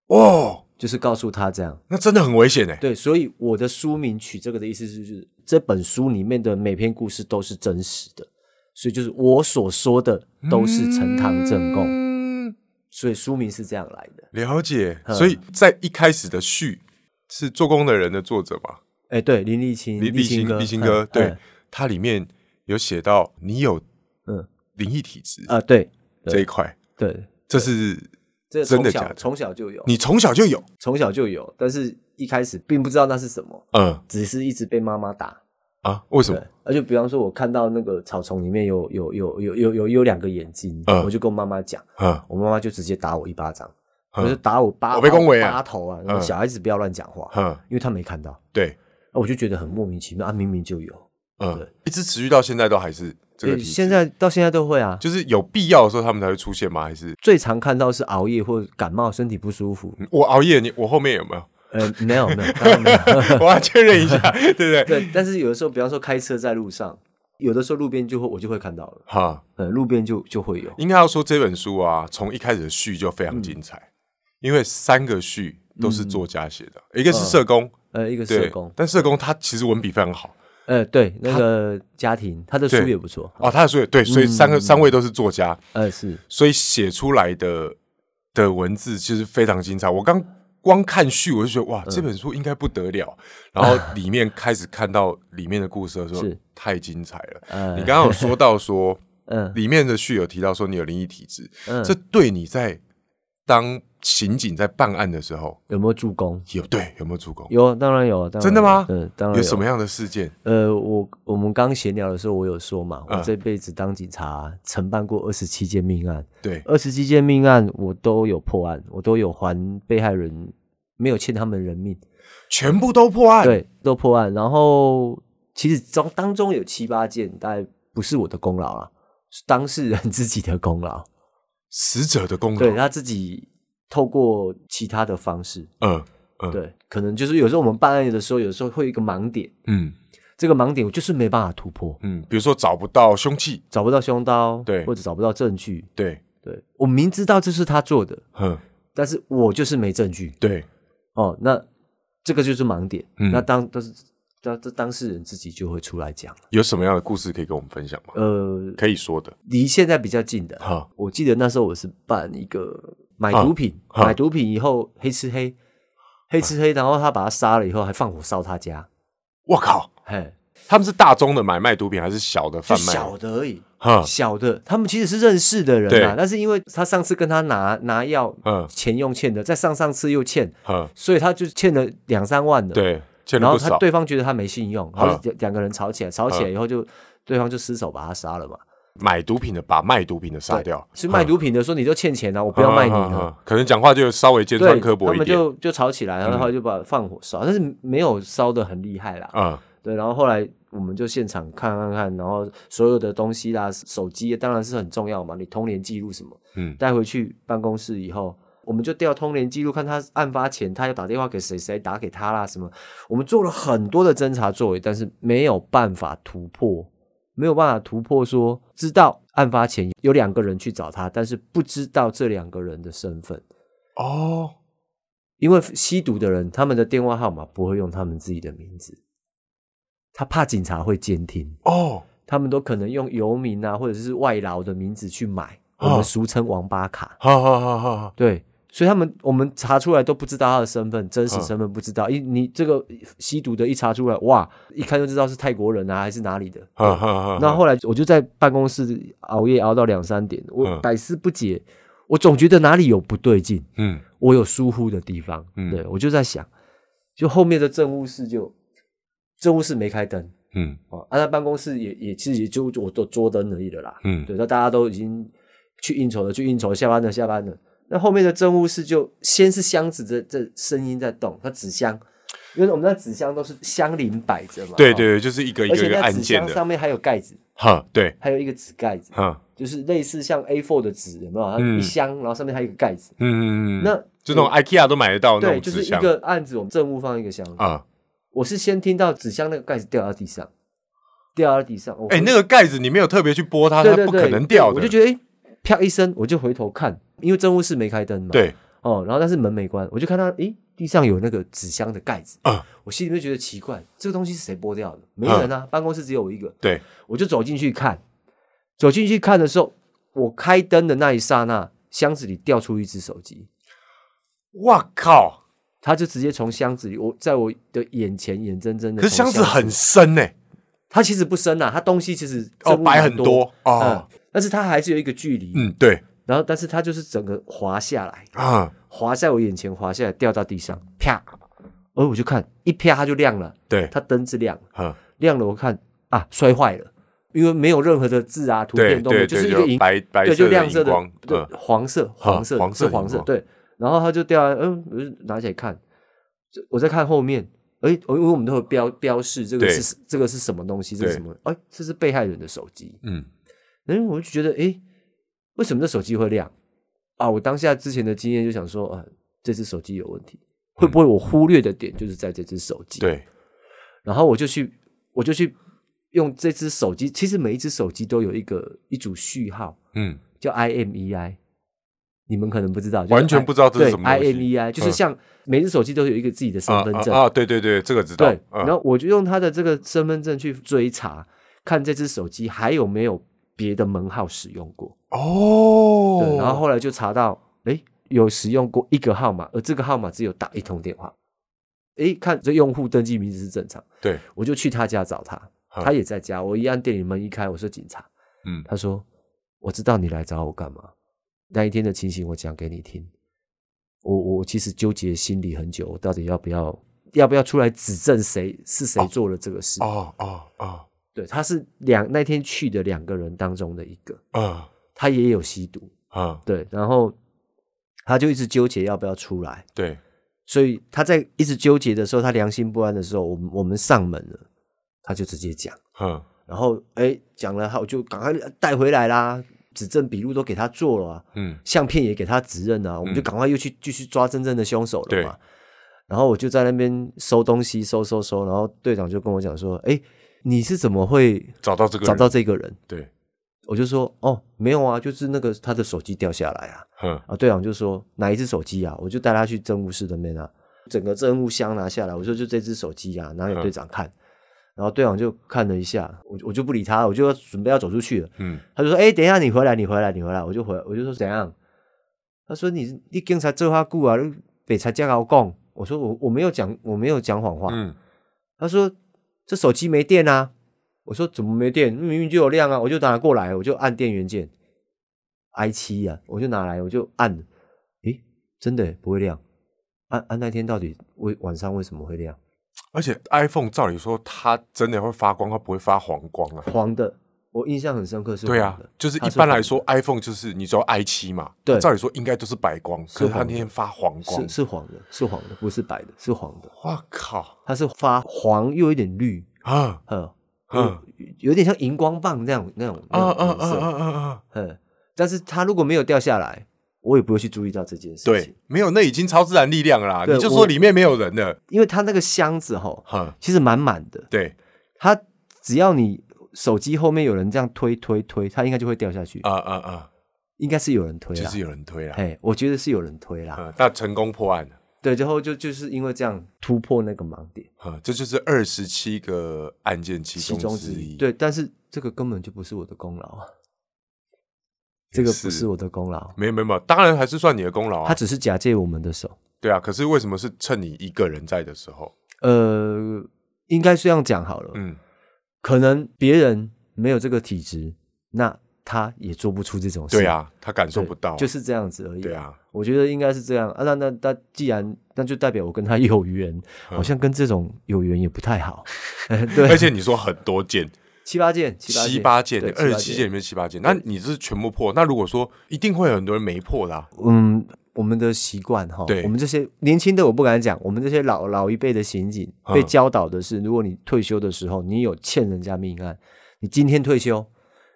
S3: 哦，
S2: 就是告诉他这样。
S3: 那真的很危险哎。
S2: 对，所以我的书名取这个的意思是就是这本书里面的每篇故事都是真实的，所以就是我所说的都是呈堂证供，
S3: 嗯，
S2: 所以书名是这样来的。
S3: 了解。
S2: 嗯
S3: 所以在一开始的序是《做工的人》的作者嘛，
S2: 哎，对，林立清，
S3: 李立
S2: 清
S3: 新
S2: 哥，
S3: 立新哥，对
S2: 嗯，
S3: 他里面有写到你有
S2: 嗯
S3: 灵异体质
S2: 啊、对
S3: 这一块，
S2: 对，
S3: 这是
S2: 这
S3: 真的
S2: 从小
S3: 假的
S2: 从小就有，
S3: 你从小就有。
S2: 从小就有，但是一开始并不知道那是什么，
S3: 嗯
S2: 只是一直被妈妈打，
S3: 啊，为什
S2: 对
S3: 么？，
S2: 而且比方说，我看到那个草丛里面有有有有有有有两个眼睛，
S3: 嗯
S2: 我就跟我妈妈讲，
S3: 嗯，
S2: 我妈妈就直接打我一巴掌，
S3: 嗯
S2: 我就打我八
S3: 我被恭维啊
S2: 八头啊！然后小孩子不要乱讲话，
S3: 嗯
S2: 因为他没看到，啊
S3: 对，
S2: 我就觉得很莫名其妙啊，明明就有，
S3: 嗯
S2: 对，
S3: 一直持续到现在都还是这个
S2: 对
S3: 体质
S2: 现在到现在都会啊。
S3: 就是有必要的时候他们才会出现吗？还是
S2: 最常看到是熬夜或者感冒，身体不舒服。
S3: 嗯我熬夜，你我后面有没有？
S2: 呃，没有没有，当然没有。
S3: 我要确认一下，对不对？
S2: 对，但是有的时候，比方说开车在路上，有的时候路边就会我就会看到了，
S3: 哈，
S2: 呃，路边就就会有。
S3: 应该要说这本书啊，从一开始的序就非常精彩，因为三个序都是作家写的，一个是社工，
S2: 呃，一个
S3: 对，
S2: 嗯社工，
S3: 但社工他其实文笔非常好
S2: 呃，对，那个家庭，他的书
S3: 对
S2: 也不错。
S3: 哦，他的书也对，所以三个、
S2: 嗯
S3: 三位都是作家，
S2: 呃，是，
S3: 所以写出来的的文字其实非常精彩。我刚光看序，我就觉得
S2: 嗯
S3: 哇，这本书应该不得了。然后里面开始看到里面的故事的时候
S2: 是，
S3: 太精彩了。
S2: 呃，
S3: 你刚刚有说到说，
S2: 嗯
S3: 里面的序有提到说你有灵异体质，
S2: 嗯
S3: 这对你在当
S1: 刑警在办案的时候，
S2: 有没有助攻？
S1: 有对有没有助攻？
S2: 有，啊当然有，当然有
S1: 真的吗
S2: 嗯，当然
S1: 有什么样的事件？
S2: 呃，我我们刚闲聊的时候，我有说嘛，我
S1: 嗯
S2: 这辈子当警察，承办过二十七件命案，
S1: 对，
S2: 二十七件命案我都有破案，我都有还被害人没有欠他们人命，
S1: 全部都破案。
S2: 对，都破案。然后其实当当中有七八件，大概不是我的功劳啊，是当事人自己的功劳，
S1: 死者的功
S2: 对
S1: 劳。
S2: 他自己透过其他的方式，
S1: 嗯嗯
S2: 对，可能就是有时候我们办案的时候，有时候会有一个盲点，
S1: 嗯
S2: 这个盲点我就是没办法突破。
S1: 嗯，比如说找不到凶器，
S2: 找不到凶刀，
S1: 对
S2: 或者找不到证据，
S1: 对，
S2: 对我明知道这是他做的，
S1: 嗯
S2: 但是我就是没证据
S1: 对，
S2: 哦，那这个就是盲点。
S1: 嗯
S2: 那当都是当这当事人自己就会出来讲。
S1: 有什么样的故事可以跟我们分享吗？
S2: 呃，
S1: 可以说的。
S2: 离现在比较近的，
S1: 好，
S2: 我记得那时候我是办一个买
S1: 啊
S2: 毒品，
S1: 啊
S2: 买毒品以后黑吃黑，黑吃黑，然后他把他杀了以后还放火烧他家，
S1: 我靠，
S2: 嘿，
S1: 他们是大宗的买卖毒品还是小的
S2: 就
S1: 贩卖？
S2: 小的而已。
S1: 哈，
S2: 小的，他们其实是认识的人啊
S1: 啊对，
S2: 但是因为他上次跟他拿拿药，
S1: 嗯
S2: 钱用欠的，再上上次又欠，
S1: 哈，
S2: 所以他就欠了两三万的。，
S1: 对，欠
S2: 然
S1: 了
S2: 后
S1: 不
S2: 他
S1: 少。
S2: 对方觉得他没信用，然后
S1: 嗯
S2: 两两个人吵起来，吵起来以后就对方就失手把他杀了嘛。
S1: 买毒品的把卖毒品的杀
S2: 对
S1: 掉，
S2: 所以卖毒品的说你就欠钱啊，我不要卖你
S1: 嗯嗯嗯嗯
S2: 了。
S1: 嗯可能讲话就稍微尖
S2: 对，
S1: 酸
S2: 他
S1: 刻薄一
S2: 们
S1: 点。
S2: 就就吵起来，然后后来就把放火烧，但是没有烧的很厉害啦。
S1: 嗯
S2: 对，然后后来我们就现场看看看，然后所有的东西啦，手机当然是很重要嘛，你通联记录什么，
S1: 嗯
S2: 带回去办公室以后，我们就调通联记录，看他案发前他要打电话给谁，谁打给他啦什么，我们做了很多的侦查作为，但是没有办法突破，没有办法突破说知道案发前有两个人去找他，但是不知道这两个人的身份。
S1: 哦，
S2: 因为吸毒的人，他们的电话号码不会用他们自己的名字，他怕警察会监听，
S1: 哦，
S2: 他们都可能用游民啊或者是外劳的名字去买，我
S1: 哦
S2: 们俗称王八卡。
S1: 好好好好好，
S2: 对，所以他们我们查出来都不知道他的身份，真实
S1: 嗯
S2: 身份不知道。一你这个吸毒的一查出来，哇，一看就知道是泰国人啊还是哪里的。
S1: 哈哈哈。
S2: 那后来我就在办公室熬夜熬到两三点，我
S1: 嗯
S2: 百思不解，我总觉得哪里有不对劲。
S1: 嗯
S2: 我有疏忽的地方，
S1: 嗯
S2: 对我就在想，就后面的政务室就政务室没开灯
S1: 嗯
S2: 哦，啊，那办公室也也其实也就我都桌灯而已了啦，
S1: 嗯，
S2: 对，那大家都已经去应酬了，去应酬，下班了，下班了。那后面的政务室就先是箱子的这声音在动，它纸箱，因为我们那纸箱都是相邻摆着嘛，
S1: 对
S2: 哦
S1: 对，对，就是一个一
S2: 而
S1: 个
S2: 且
S1: 一个
S2: 那
S1: 按
S2: 纸
S1: 键
S2: 箱
S1: 的，
S2: 上面还有盖子，
S1: 哈，对，
S2: 还有一个纸盖子，
S1: 哈，
S2: 就是类似像 A4 的纸，有没有？它
S1: 嗯
S2: 一箱，然后上面还有一个盖子，
S1: 嗯嗯嗯，
S2: 那
S1: 就那种 IKEA 都买得到那
S2: 对，
S1: 种
S2: 就
S1: 纸
S2: 是一
S1: 箱
S2: 个案子，我们政务放一个箱子。
S1: 啊，
S2: 我是先听到纸箱那个盖子掉到地上，掉到地上。我
S1: 哎，
S2: 回
S1: 那个盖子你没有特别去拨它，
S2: 对
S1: 啊它
S2: 对
S1: 不可
S2: 对，
S1: 能掉
S2: 对
S1: 的，
S2: 我就觉得哎，啪一声，我就回头看，因为政务室没开灯嘛。
S1: 对，
S2: 哦，然后但是门没关，我就看到哎，地上有那个纸箱的盖子。
S1: 啊
S2: 我心里面觉得奇怪，这个东西是谁拨掉的？没人啊，办公室只有我一个。
S1: 嗯对，
S2: 我就走进去看，走进去看的时候，我开灯的那一刹那，箱子里掉出一只手机。
S1: 哇靠，
S2: 他就直接从箱子里，我在我的眼前眼睁睁的。
S1: 可是箱子很深呢，
S2: 它其实不深啊，它东西其实
S1: 哦，
S2: 真的
S1: 摆
S2: 蛮
S1: 很多哦，
S2: 嗯，但是它还是有一个距离，
S1: 嗯，对
S2: 然后但是它就是整个滑下来，
S1: 啊，
S2: 滑在我眼前，滑下来掉到地上，啪，而我就看一啪它就亮了，
S1: 对，
S2: 它灯是亮了，
S1: 哈，
S2: 亮了我看啊摔坏了，因为没有任何的字啊图
S1: 对
S2: 片都没有，
S1: 对
S2: 就是
S1: 对，
S2: 一个
S1: 就
S2: 荧
S1: 白白
S2: 对，就
S1: 色
S2: 亮色
S1: 荧
S2: 的
S1: 光，，
S2: 对
S1: 嗯，
S2: 黄色，黄色，
S1: 啊黄色
S2: 是黄色，
S1: 荧光
S2: 对。然后它就掉下来，嗯，我就拿起来看，这我在看后面，哎，我因为我们都有标标示，这个
S1: 对
S2: 是这个是什么东西，这是
S1: 对
S2: 什么？哎，这是被害人的手机。
S1: 嗯，
S2: 然后我就觉得，哎，为什么这手机会亮？啊，我当下之前的经验就想说，啊，这只手机有问题，会不会我忽略的点就是在这只手机？。
S1: 嗯对，
S2: 然后我就去，我就去用这只手机，其实每一只手机都有一个一组序号，
S1: 嗯，
S2: 叫 IMEI，你们可能不知道，就是
S1: 完全不知道这是
S2: 对
S1: 什么东西
S2: IMEI，就是像每只手机都有一个自己的身
S1: 啊
S2: 份证，
S1: 啊啊，对对对，这个知道
S2: 对，，
S1: 嗯
S2: 然后我就用他的这个身份证去追查，看这只手机还有没有别的门号使用过，
S1: 哦，
S2: 对，然后后来就查到，诶，有使用过一个号码，而这个号码只有打一通电话。诶，看这用户登记名字是正常，
S1: 对，
S2: 我就去他家找他，
S1: 嗯
S2: 他也在家。我一按店里门一开，我说警察，
S1: 嗯
S2: 他说我知道你来找我干嘛，那一天的情形我讲给你听，我我其实纠结心里很久，我到底要不要要不要出来指证谁是谁做了这个事？
S1: 哦哦哦
S2: 对，他是两那天去的两个人当中的一个，
S1: 嗯
S2: 他也有吸毒，
S1: 嗯，
S2: 对，然后他就一直纠结要不要出来，
S1: 对，
S2: 所以他在一直纠结的时候，他良心不安的时候，我们我们上门了，他就直接讲，
S1: 嗯
S2: 然后哎讲了，我就赶快带回来啦，指证笔录都给他做了、啊，
S1: 嗯
S2: 相片也给他指认了、啊，我们就赶快又去继续抓真正的凶手了嘛。然后我就在那边收东西，收收收，然后队长就跟我讲说：“哎，你是怎么会
S1: 找到这个
S2: 找
S1: 人
S2: 到这个人？”
S1: 对，
S2: 我就说：“哦，没有啊，就是那个他的手机掉下来啊。”
S1: 嗯
S2: 啊，队长就说哪一只手机啊？我就带他去政务室那边啊，整个政务箱拿下来，我说就这只手机啊，拿给队长看。然后队长就看了一下，我我就不理他，我就要准备要走出去了。
S1: 嗯
S2: 他就说：“哎、等一下，你回来，你回来，你回来。”我就回，我就说怎样？他说：“你你警察做哈久啊，你北才加我讲。”我说：“我我没有讲，我没有讲谎话。
S1: 嗯
S2: 他说：“这手机没电啊。”我说：“怎么没电？明明就有亮啊！”我就拿过来，我就按电源键，i 七啊，我就拿来，我就按，诶，真的耶不会亮。按、按、那天到底为晚上为什么会亮？
S1: 而且 iPhone 照理说它真的会发光，它不会发黄光啊。
S2: 黄的，我印象很深刻是黄
S1: 对
S2: 的。
S1: 啊，就是
S2: 它
S1: 一般来
S2: 黄
S1: 说，iPhone 就是你只要 i 七嘛，
S2: 对
S1: 照理说应该都是白光，可是
S2: 黄
S1: 它那
S2: 的
S1: 天发黄光
S2: 是，是黄的，是黄的，不是白的，是黄的。
S1: 哇靠
S2: 它是发黄又有点绿，
S1: 啊
S2: 呵，
S1: 嗯
S2: 有点像荧光棒那样那种
S1: 啊
S2: 那
S1: 啊
S2: 种
S1: 啊
S2: 颜色，
S1: 啊啊啊！
S2: 嗯，但是它如果没有掉下来，我也不会去注意到这件事情
S1: 对，，没有，那已经超自然力量了啦。
S2: 对
S1: 你就
S2: 我
S1: 说里面没有人了，
S2: 因为它那个箱子哈，
S1: 哈，
S2: 其实满满的，
S1: 对
S2: 它只要你手机后面有人这样推推推，它应该就会掉下去，
S1: 啊啊啊，
S2: 应该是有人推
S1: 就
S2: 啦
S1: 是，有人推了，
S2: 哎，我觉得是有人推啦，
S1: 嗯，那成功破案了，
S2: 对，然后就就是因为这样突破那个盲点，
S1: 嗯，这就是二十七个案件其
S2: 其中之
S1: 一，
S2: 一，，对，但是这个根本就不是我的功劳啊，这个不
S1: 是嗯
S2: 是我的功劳，啊
S1: 没有没有没有，当然还是算你的功劳
S2: 他
S1: 啊，
S2: 只是假借我们的手。
S1: 对啊，可是为什么是趁你一个人在的时候？
S2: 呃，应该是这样讲好了。
S1: 嗯，
S2: 可能别人没有这个体质，那他也做不出这种事。
S1: 对，啊，他感受
S2: 对
S1: 不到，
S2: 就是这样子而已。
S1: 对，啊，
S2: 我觉得应该是这样啊。那那那，既然那就代表我跟他有缘，
S1: 嗯
S2: 好像跟这种有缘也不太好。
S1: 而
S2: 对，
S1: 且你说很多件，
S2: 七八件， 七八
S1: 七
S2: 件，
S1: 八件
S2: 对，
S1: 二十七件里。面七八件，那你这是全部破。那如果说一定会有很多人没破的啊，
S2: 嗯，我们的习惯哈，
S1: 对
S2: 我们这些年轻的我不敢讲，我们这些老老一辈的刑警
S1: 嗯
S2: 被教导的是，如果你退休的时候你有欠人家命案，你今天退休，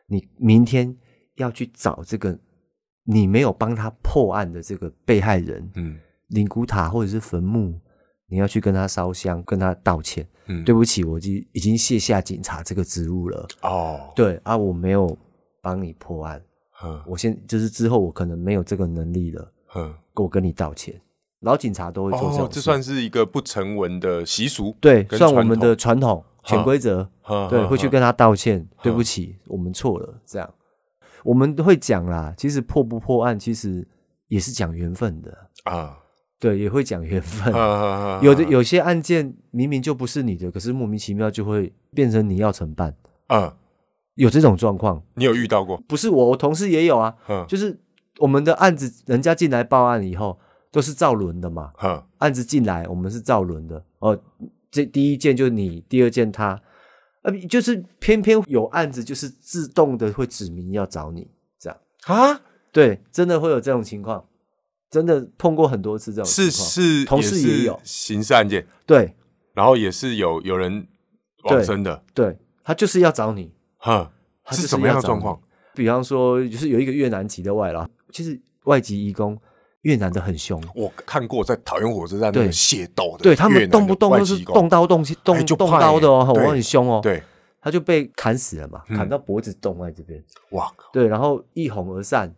S2: 你明天要去找这个你没有帮他破案的这个被害人，
S1: 嗯
S2: 灵骨塔或者是坟墓，你要去跟他烧香，跟他道歉，
S1: 嗯，
S2: 对不起，我已经已经卸下警察这个职务了，
S1: 哦，
S2: 对啊，我没有帮你破案，
S1: 嗯
S2: 我现就是之后我可能没有这个能力了。
S1: 嗯，
S2: 我跟你道歉。老警察都会做这
S1: 哦
S2: 种，事，
S1: 这算是一个不成文的习俗，
S2: 对，
S1: 跟
S2: 算我
S1: 传嗯
S2: 们的传统潜规则，
S1: 统，
S2: 对，会去跟他道歉，对
S1: 哼
S2: 不起，我们错了，这样我们会讲啦。其实破不破案，其实也是讲缘分的，
S1: 啊，
S2: 对，也会讲缘分。
S1: 啊
S2: 嗯有的有些案件明明就不是你的，可是莫名其妙就会变成你要承办，
S1: 啊，
S2: 有这种状况，
S1: 你有遇到过？
S2: 不是我，我同事也有啊，
S1: 嗯
S2: 就是我们的案子，人家进来报案以后都是照轮的嘛，
S1: 嗯
S2: 案子进来，我们是照轮的哦。这第一件就是你，第二件他，呃，就是偏偏有案子就是自动的会指明要找你，这样
S1: 啊，
S2: 对，真的会有这种情况，真的碰过很多次这种情况，
S1: 是是，
S2: 啊同事也
S1: 是
S2: 有
S1: 刑事案件，
S2: 对
S1: 然后也是有有人往
S2: 对
S1: 生的，
S2: 对，他就是要找你，
S1: 哼，
S2: 他就是是
S1: 什么样
S2: 要
S1: 的
S2: 找
S1: 状
S2: 你
S1: 况？
S2: 比方说就是有一个越南籍的外劳，其实外籍移工越南的很凶，
S1: 我看过在桃园火车站那个
S2: 对
S1: 械斗的，
S2: 对他们动不动
S1: 都
S2: 都是动刀动西动、
S1: 哎就
S2: 动
S1: 怕
S2: 刀的哦，
S1: 欸
S2: 我
S1: 对
S2: 很凶哦，，
S1: 对，
S2: 他就被砍死了嘛，
S1: 嗯
S2: 砍到脖子动脉这边。
S1: 哇靠，
S2: 对，然后一哄而散。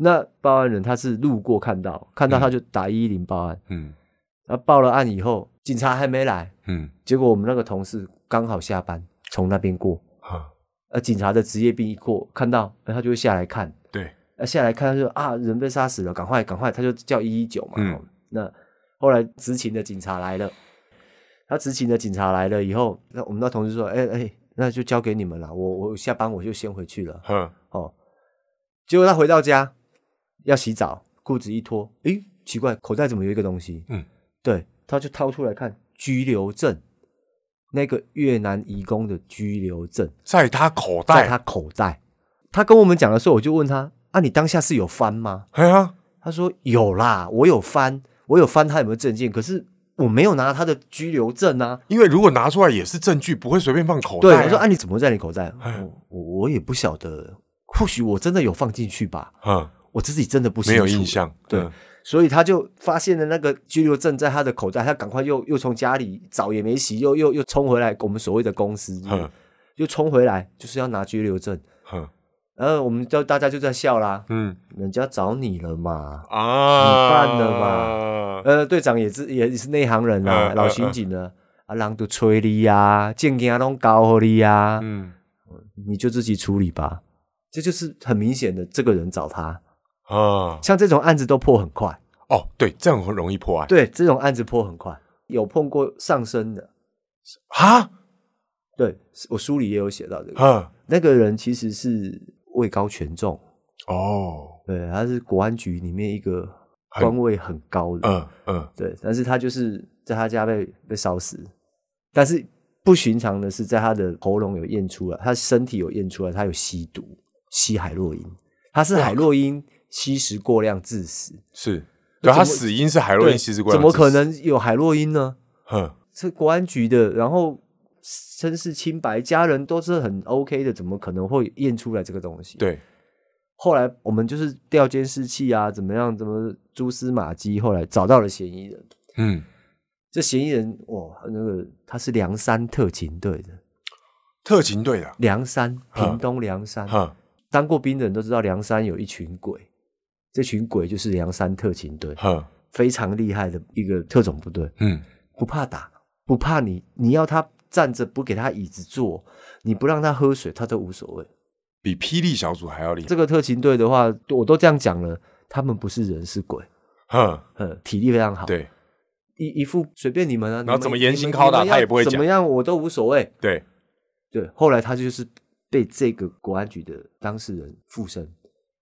S2: 那报案人他是路过看到，看到他就打一一零报案。
S1: 嗯
S2: 然后报了案以后，警察还没来，
S1: 嗯，
S2: 结果我们那个同事刚好下班从那边过，
S1: 啊，
S2: 呃，警察的职业病一过，看到、呃、他就会下来看，
S1: 对，
S2: 那、下来看他就啊人被杀死了，赶快赶快，他就叫一一九嘛。
S1: 嗯
S2: 哦那后来执勤的警察来了，他执勤的警察来了以后，那我们那同事说，哎哎，那就交给你们了，我我下班我就先回去了。
S1: 哼，
S2: 哦，结果他回到家要洗澡，裤子一脱，诶，奇怪，口袋怎么有一个东西？
S3: 嗯，
S2: 对，他就掏出来看居留证，那个越南移工的居留证
S3: 在他口
S2: 在
S3: 袋，
S2: 他口袋。他跟我们讲的时候，我就问他：啊，你当下是有翻吗？
S3: 哎呀，
S2: 他说有啦，我有翻，我有翻他有没有证件，可是我没有拿他的居留证啊。
S3: 因为如果拿出来也是证据，不会随便放口
S2: 对，
S3: 袋、
S2: 我说
S3: 啊。哎
S2: 啊，你怎么会在你口袋？我我我也不晓得，或许我真的有放进去吧，
S3: 嗯，
S2: 我自己真的不清
S3: 没
S2: 楚
S3: 有印。象。
S2: 对
S3: 嗯
S2: 所以他就发现了那个居留证在他的口袋，他赶快又又从家里澡也没洗，又又又冲回来我们所谓的公司，
S3: 嗯
S2: 又冲回来就是要拿居留证，
S3: 嗯
S2: 然后我们就大家就在笑啦，
S3: 嗯
S2: 人家找你了嘛，
S3: 啊，
S2: 你办了
S3: 吧？
S2: 呃，队长也是也是内行人啦，
S3: 嗯
S2: 老
S3: 嗯
S2: 刑
S3: 嗯
S2: 警了，啊，人都催你啊，证件拢交给你啊，
S3: 嗯
S2: 你就自己处理吧。这就是很明显的，这个人找他，
S3: 啊，
S2: 像这种案子都破很快，
S3: 哦，对，这样很容易破案。
S2: 对，这种案子破很快，有碰过上身的，
S3: 啊，
S2: 对我书里也有写到这个，
S3: 嗯，
S2: 那个人其实是位高权重，
S3: 哦，
S2: 对，他是国安局里面一个
S3: 很
S2: 官位很高的，
S3: 嗯嗯，
S2: 对，但是他就是在他家被被烧死，但是不寻常的是，在他的喉咙有验出来，他身体有验出来，他有吸毒，吸海洛因，他是海洛因吸食过量致死，
S3: 是，对，他
S2: 怎么
S3: 死因是海洛
S2: 对，
S3: 因吸食过
S2: 怎
S3: 量
S2: 么
S3: 致
S2: 可
S3: 死？嗯
S2: 能有海洛因呢？
S3: 哼，
S2: 是国安局的，然后身世清白，家人都是很 OK 的，怎么可能会验出来这个东西？。
S3: 对，
S2: 后来我们就是调监视器啊，怎么样，怎么蛛丝马迹，后来找到了嫌疑人。
S3: 嗯，
S2: 这嫌疑人哇，那个他是梁山特勤队的，
S3: 特勤队的，
S2: 梁山，
S3: 嗯
S2: 屏东梁山，
S3: 哼，
S2: 当过兵的人都知道，梁山有一群鬼，这群鬼就是梁山特勤队，
S3: 哼，
S2: 非常厉害的一个特种部队，
S3: 嗯，
S2: 不怕打，不怕你，你要他站着不给他椅子坐，你不让他喝水，他都无所谓。
S3: 比霹雳小组还要厉害。
S2: 这个特勤队的话，我都这样讲了，他们不是人是鬼，
S3: 哼，
S2: 呃，体力非常好，，
S3: 对
S2: 一一副随便你们啊，然
S3: 后怎么严刑拷打他也不会讲
S2: 怎么样我都无所谓，
S3: 对，
S2: 对，后来他就是被这个国安局的当事人附身。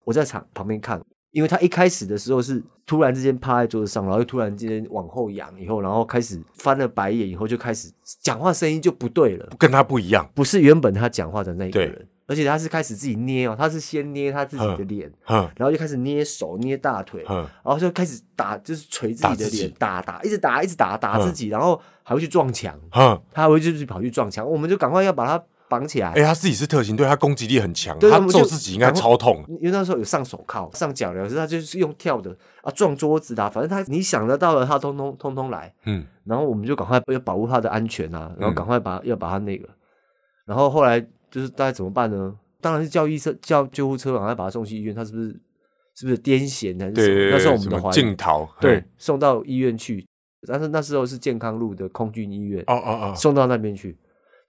S2: 我在场旁边看，因为他一开始的时候是突然之间趴在桌子上，然后又突然之间往后仰，以后然后开始翻了白眼，以后就开始讲话声音就不对了，
S3: 跟他不一样。
S2: 不是原本他讲话的那个
S3: 对
S2: 人，而且他是开始自己捏哦，他是先捏他自己的
S3: 嗯
S2: 脸，
S3: 哼
S2: 然后就开始捏手、捏大腿，
S3: 哼，
S2: 然后就开始打，就是捶自
S3: 打
S2: 己的
S3: 自己
S2: 脸，打打，一直打，一直打，打自
S3: 嗯
S2: 己，然后还会去撞墙，
S3: 哼，
S2: 他还会就是跑去撞墙，我们就赶快要把他绑起来
S3: 哎、。他自己是特勤队，他攻击力很强，
S2: 对
S3: 他
S2: 我们就
S3: 揍自己应该超痛。
S2: 因为那时候有上手铐、上脚镣，可是他就是用跳的啊，撞桌子啊，反正他你想得到的，他通通通通来。
S3: 嗯，
S2: 然后我们就赶快要保护他的安全啊，然后赶快把、要把他那个，然后后来就是大家怎么办呢？当然是叫医生、叫救护车，赶快把他送去医院。他是不是是不是癫痫还是
S3: 对对
S2: 什
S3: 对，
S2: 么？那时候我们
S3: 什
S2: 的
S3: 么
S2: 怀疑
S3: 镜，头，嗯
S2: 对
S3: 嘿，
S2: 送到医院去。但是那时候是健康路的空军医院，
S3: 哦哦哦，
S2: 送到那边去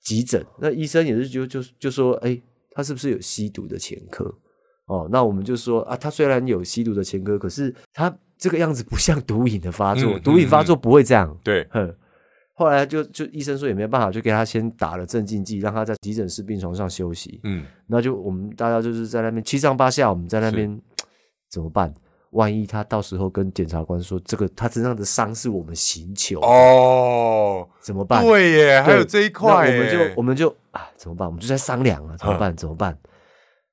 S2: 急诊。那医生也是就就就说，哎、他是不是有吸毒的前科？哦，那我们就说啊，他虽然有吸毒的前科，可是他这个样子不像毒瘾的发作，
S3: 嗯
S2: 毒瘾发作不会这样。
S3: 对，
S2: 哼、后来就就医生说也没办法，就给他先打了镇静剂，让他在急诊室病床上休息。
S3: 嗯，
S2: 那就我们大家就是在那边七上八下，我们在那边怎么办？万一他到时候跟检察官说这个他身上的伤是我们寻求的
S3: 哦，
S2: 怎么办？
S3: 对耶，还有
S2: 对
S3: 这一块欸嗯
S2: 那我
S3: 耶，
S2: 们就我们就啊，怎么办？我们就在商量啊，怎么办？怎么办？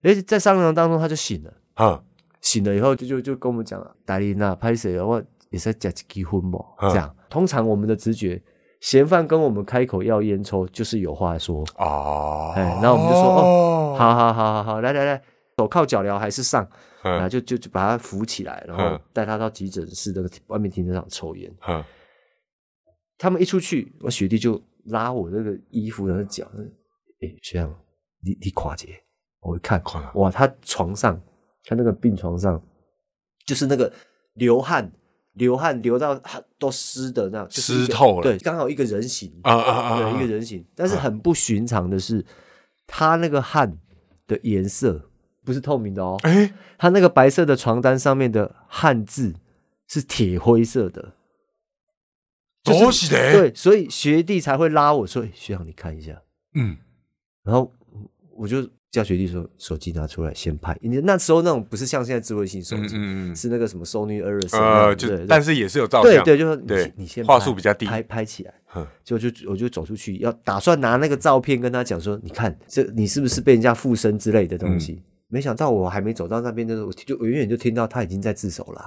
S2: 而且在商量当中，他就醒了，
S3: 哼
S2: 醒了以后就就就跟我们讲了，达琳娜拍谁？我也是在结婚嘛，
S3: 嗯
S2: 这样。通常我们的直觉，嫌犯跟我们开口要烟抽，就是有话说。
S3: 哦，
S2: 哎那我们就说
S3: 哦
S2: 好好好好好，来来来，手铐脚镣还是上，然后
S3: 嗯
S2: 就就就把他扶起来，然后
S3: 嗯
S2: 带他到急诊室的外面停车场抽烟。
S3: 哼，
S2: 他们一出去，我学弟就拉我那个衣服然后脚，哎、学长，你你垮节，我一看
S3: 看啊哪，
S2: 哇，他床上，他那个病床上，就是那个流汗，流汗流到汗都湿的那样，就是一个
S3: 湿透了
S2: 对，刚好一个人形，
S3: 啊啊啊啊
S2: 对，一个人形，但是很不寻常的是，他那个汗的颜色不是透明的哦，
S3: 哎、
S2: 他那个白色的床单上面的汗渍是铁灰色的。
S1: 哦
S3: 都是的，，
S1: 哎
S2: 对，所哎以学弟才会拉我说：“欸、学长，你看一下。
S3: 嗯，”
S2: 然后我就叫学弟说手机拿出来先拍，因为那时候那种不是像现在智慧型手机，
S1: 嗯嗯嗯
S2: 是那个什么 Sony a r i s
S1: 呃，就但是也是有照
S2: 对
S1: 相，
S2: 对，就说你
S1: 对
S2: 先你先
S1: 话
S2: 拍
S1: 术比较低，
S2: 拍拍起来，就就我就走出去，要打算拿那个照片跟他讲说，你看这你是不是被人家附身之类的
S1: 嗯
S2: 东西？没想到我还没走到那边的时候，我就我远远就听到他已经在自首了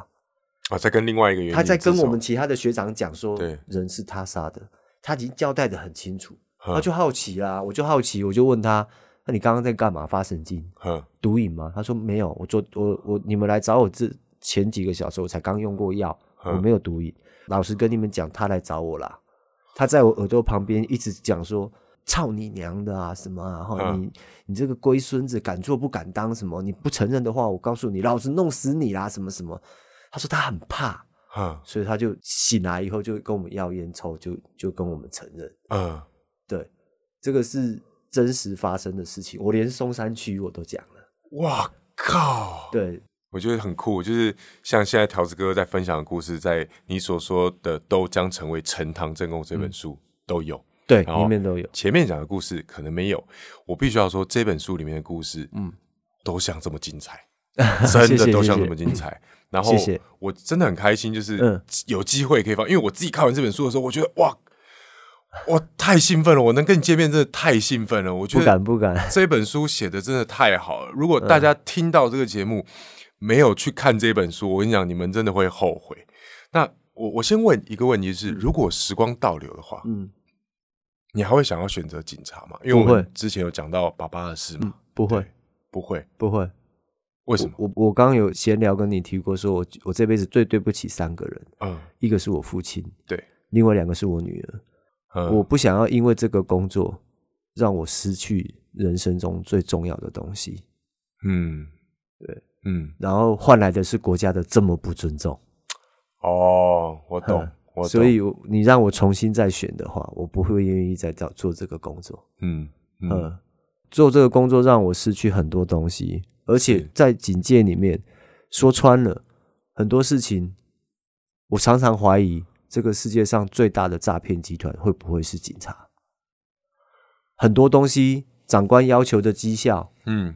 S2: 啊、
S1: 啊，再跟另外一个原因，
S2: 他在跟我们，其他的学长讲说
S1: 对，
S2: 人是他杀的，他已经交代的很清楚，
S1: 嗯
S2: 他就好奇啦，我就好奇，我就问他，那你刚刚在干嘛？发神经？
S1: 嗯
S2: 毒瘾吗？他说没有，我昨我我你们来找我这前几个小时我才刚用过药，我
S1: 嗯
S2: 没有毒瘾。老实跟你们讲，他来找我啦，他在我耳朵旁边一直讲说。操你娘的啊！什么啊？哈、
S1: 嗯
S2: 你你这个龟孙子，敢做不敢当，什么？你不承认的话，我告诉你，老子弄死你啦！什么什么？他说他很怕，
S1: 嗯
S2: 所以他就醒来以后就跟我们要烟抽，就就跟我们承认。
S1: 嗯，
S2: 对，这个是真实发生的事情，我连松山区我都讲了。
S1: 哇靠！
S2: 对，
S1: 我觉得很酷，就是像现在条子哥在分享的故事，在你所说的都将成为《陈塘正宫》
S2: 嗯
S1: 这本书、都有，
S2: 对，
S1: 然后
S2: 里面都有。
S1: 前面讲的故事可能没有，我必须要说这本书里面的故事，嗯
S2: 嗯，
S1: 都像这么精彩，哦 真的都像这么精彩。 然后
S2: 谢谢
S1: 我真的很开心，就是
S2: 嗯
S1: 有机会可以放，因为我自己看完这本书的时候，我觉得哇，我太兴奋了，我能跟你见面真的太兴奋了，我觉
S2: 不
S1: 得
S2: 敢嗯不 敢，
S1: 这本书写的真的太好了。如果大家听到这个节目、没有去看这本书，我跟你讲，你们真的会后悔。那我我先问一个问题是：如果时光倒流的话，
S2: 嗯，
S1: 你还会想要选择警察吗？因为我
S2: 不会嗯
S1: 们之前有讲到爸爸的事嘛，
S2: 不会
S1: 不会，
S2: 不会。
S1: 为什么？
S2: 我我刚刚有闲聊跟你提过，说我我这辈子最对不起三个人，
S1: 嗯，
S2: 一个是我父亲，
S1: 对，
S2: 另外两个是我女儿。
S1: 嗯
S2: 我不想要因为这个工作让我失去人生中最重要的东西，
S1: 嗯，对，嗯，
S2: 然后换来的是国家的这么不尊重。
S1: 哦，我懂
S2: 嗯，
S1: 我懂，
S2: 所以我你让我重新再选的话，我不会愿意再找做这个工作。
S1: 嗯嗯
S2: 嗯，做这个工作让我失去很多东西，而且在警戒里面说穿了很多事情，我常常怀疑这个世界上最大的诈骗集团会不会是警察？很多东西长官要求的绩效，
S1: 嗯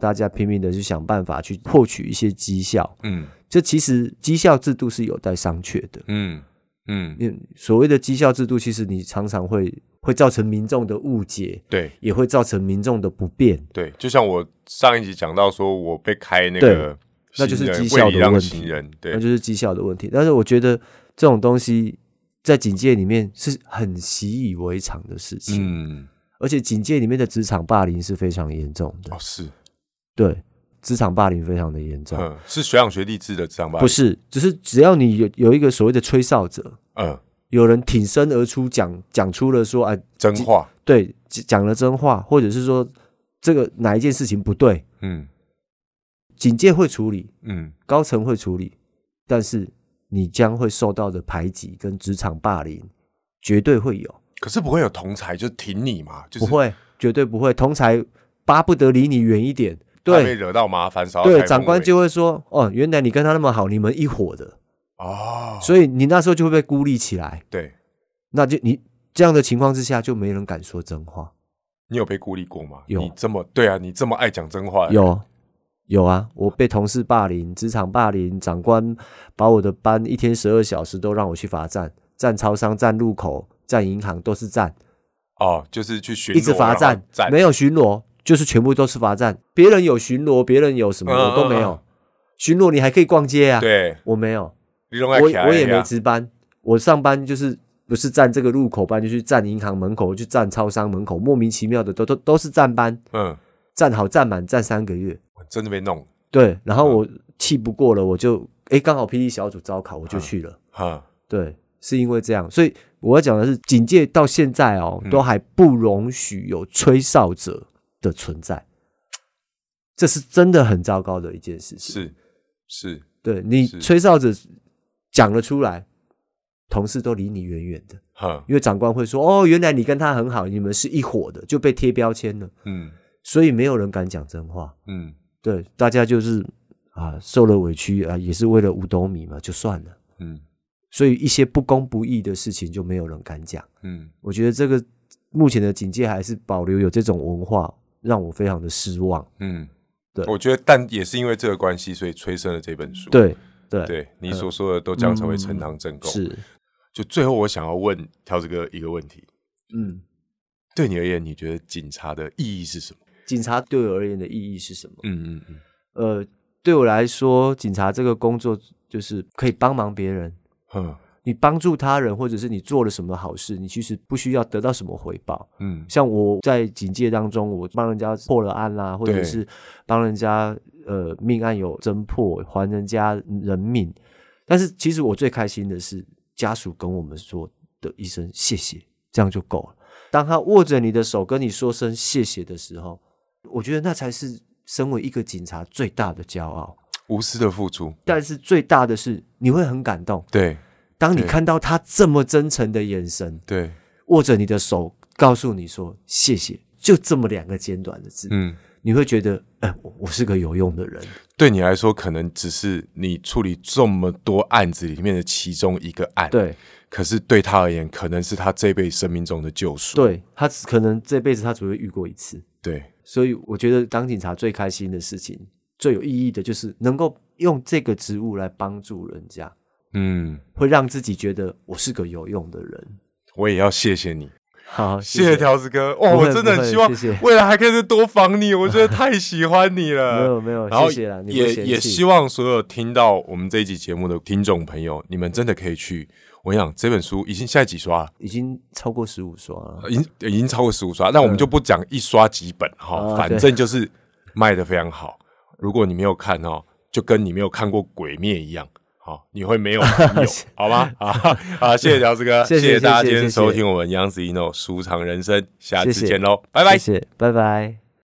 S2: 大家拼命的去想办法去获取一些绩效，
S1: 嗯
S2: 这其实绩效制度是有待商榷的。
S1: 嗯嗯，
S2: 嗯，所谓的绩效制度，其实你常常会会造成民众的误解，
S1: 对
S2: 也会造成民众的不便。
S1: 对，就像我上一集讲到，说我被开那个行人，
S2: 那就是绩效的
S1: 为礼让
S2: 问
S1: 行
S2: 题
S1: 人，对
S2: 那，就是绩效的问题。但是我觉得这种东西在警界里面是很习以为常的事情，
S1: 嗯，
S2: 而且警界里面的职场霸凌是非常严重的。
S1: 哦是，
S2: 对，职场霸凌非常的严重，
S1: 嗯，是学长学弟制的这样吧？
S2: 不，是，只是只要你有有一个所谓的吹哨者，
S1: 嗯，
S2: 有人挺身而出讲讲出了说，哎，
S1: 真话，
S2: 对，讲了真话，或者是说这个哪一件事情不对，
S1: 嗯
S2: 警界会处理，
S1: 嗯
S2: 高层会处理，但是你将会受到的排挤跟职场霸凌绝对会有，
S1: 可是不会有同才就挺你嘛，就是
S2: 不会，绝对不会。同才巴不得离你远一点，
S1: 怕被
S2: 对
S1: 惹到麻烦，少
S2: 对，长官就会说：“哦，原来你跟他那么好，你们一伙的，
S1: 哦，
S2: 所以你那时候就会被孤立起来。
S1: 对
S2: 那就你这样的情况之下，就没人敢说真话。
S1: 你有被孤立过吗？
S2: 有
S1: 你这么对啊，你这么爱讲真话，
S2: 有。”有啊，我被同事霸凌，职场霸凌，长官把我的班一天十二小时都让我去罚站，站超商、站路口、站银行都是站。
S1: 哦，就是去巡逻
S2: 一直罚站，
S1: 站
S2: 没有巡逻，就是全部都是罚站。别人有巡逻，别人有什么、
S1: 嗯
S2: 我都没有。
S1: 嗯
S2: 巡逻你还可以逛街啊，
S1: 对，
S2: 我没有，
S1: 你我
S2: 我我也没值班，我上班就是不是站这个路口班，就去站银行门口，去站超商门口，莫名其妙的都都都是站班，
S1: 嗯，
S2: 站好站满站三个月，
S1: 我真的被弄，
S2: 对，然后
S1: 嗯
S2: 我气不过了，我就诶，刚好 PD 小组招考，我
S1: 嗯
S2: 就去了。
S1: 哈，
S2: 对，是因为这样，所以我要讲的是，警戒到现在哦，
S1: 嗯
S2: 都还不容许有吹哨者的存在，这是真的很糟糕的一件事情。
S1: 是是，
S2: 对你
S1: 是
S2: 吹哨者讲了出来，同事都离你远远的，
S1: 哈，
S2: 因为长官会说：“哦，原来你跟他很好，你们是一伙的”，就被贴标签了，
S1: 嗯
S2: 所以没有人敢讲真话。
S1: 嗯
S2: 对，大家就是啊，受了委屈啊，也是为了五斗米嘛，就算了。
S1: 嗯
S2: 所以一些不公不义的事情就没有人敢讲。
S1: 嗯
S2: 我觉得这个目前的警戒还是保留有这种文化，让我非常的失望。
S1: 嗯，
S2: 对
S1: 我觉得，但也是因为这个关系，所以催生了这本书。，
S2: 对对
S1: 对你所说的都将成为呈堂证供。，
S2: 是，
S1: 就最后我想要问条子哥一个问题：
S2: 嗯，
S1: 对你而言，你觉得警察的意义是什么？
S2: 警察对我而言的意义是什么？
S1: 嗯嗯嗯，
S2: 呃，对我来说，警察这个工作就是可以帮忙别人。
S1: 哼，
S2: 你帮助他人，或者是你做了什么好事，你其实不需要得到什么回报。
S1: 嗯
S2: 像我在警戒当中，我帮人家破了案啦、或者
S1: 对
S2: 是帮人家呃命案有侦破，还人家人命。但是其实我最开心的是家属跟我们说的一声谢谢，这样就够了。当他握着你的手跟你说声谢谢的时候，我觉得那才是身为一个警察最大的骄傲。
S1: 无私的付出。
S2: 但是最大的是你会很感动，
S1: 对
S2: 当你
S1: 对
S2: 看到他这么真诚的眼神，
S1: 对，
S2: 握着你的手，告诉你说谢谢，就这么两个简短的字，
S1: 嗯，
S2: 你会觉得，哎、我我是个有用的人。
S1: 对你来说，可能只是你处理这么多案子里面的其中一个案。，
S2: 对，
S1: 可是对他而言，可能是他这辈子生命中的救赎。
S2: 对他只可能这辈子他只会遇过一次，
S1: 对，
S2: 所以我觉得当警察最开心的事情，最有意义的就是能够用这个职务来帮助人家，
S1: 嗯，
S2: 会让自己觉得我是个有用的人。
S1: 我也要谢谢你。
S2: 好，
S1: 谢谢条子哥，哇，
S2: 不会
S1: 我真的
S2: 不
S1: 很
S2: 会
S1: 希望
S2: 谢谢
S1: 未来还可以再多访你，我真的太喜欢你了。
S2: 没有没有
S1: 呃然后
S2: 谢谢啦你不
S1: 也
S2: 嫌
S1: 也
S2: 弃
S1: 希望所有听到我们这一集节目的听众朋友，你们真的可以去。我跟你讲，这本书已经现在几刷了，
S2: 已经超过十五刷了。
S1: 已经已经超过十五刷，但我们就不讲一刷几本哈、
S2: 啊
S1: 反
S2: 对
S1: 正就是卖的非常好。如果你没有看哦，就跟你没有看过《鬼灭》一样，好、你会没有 朋友，好吗？ 好，好，谢谢条子哥，
S2: 谢谢
S1: 大家
S2: 谢谢
S1: 今天
S2: 谢谢
S1: 收听我们央视一诺舒畅人生，下
S2: 谢
S1: 次
S2: 谢
S1: 见喽，拜拜。
S2: 谢谢，拜拜。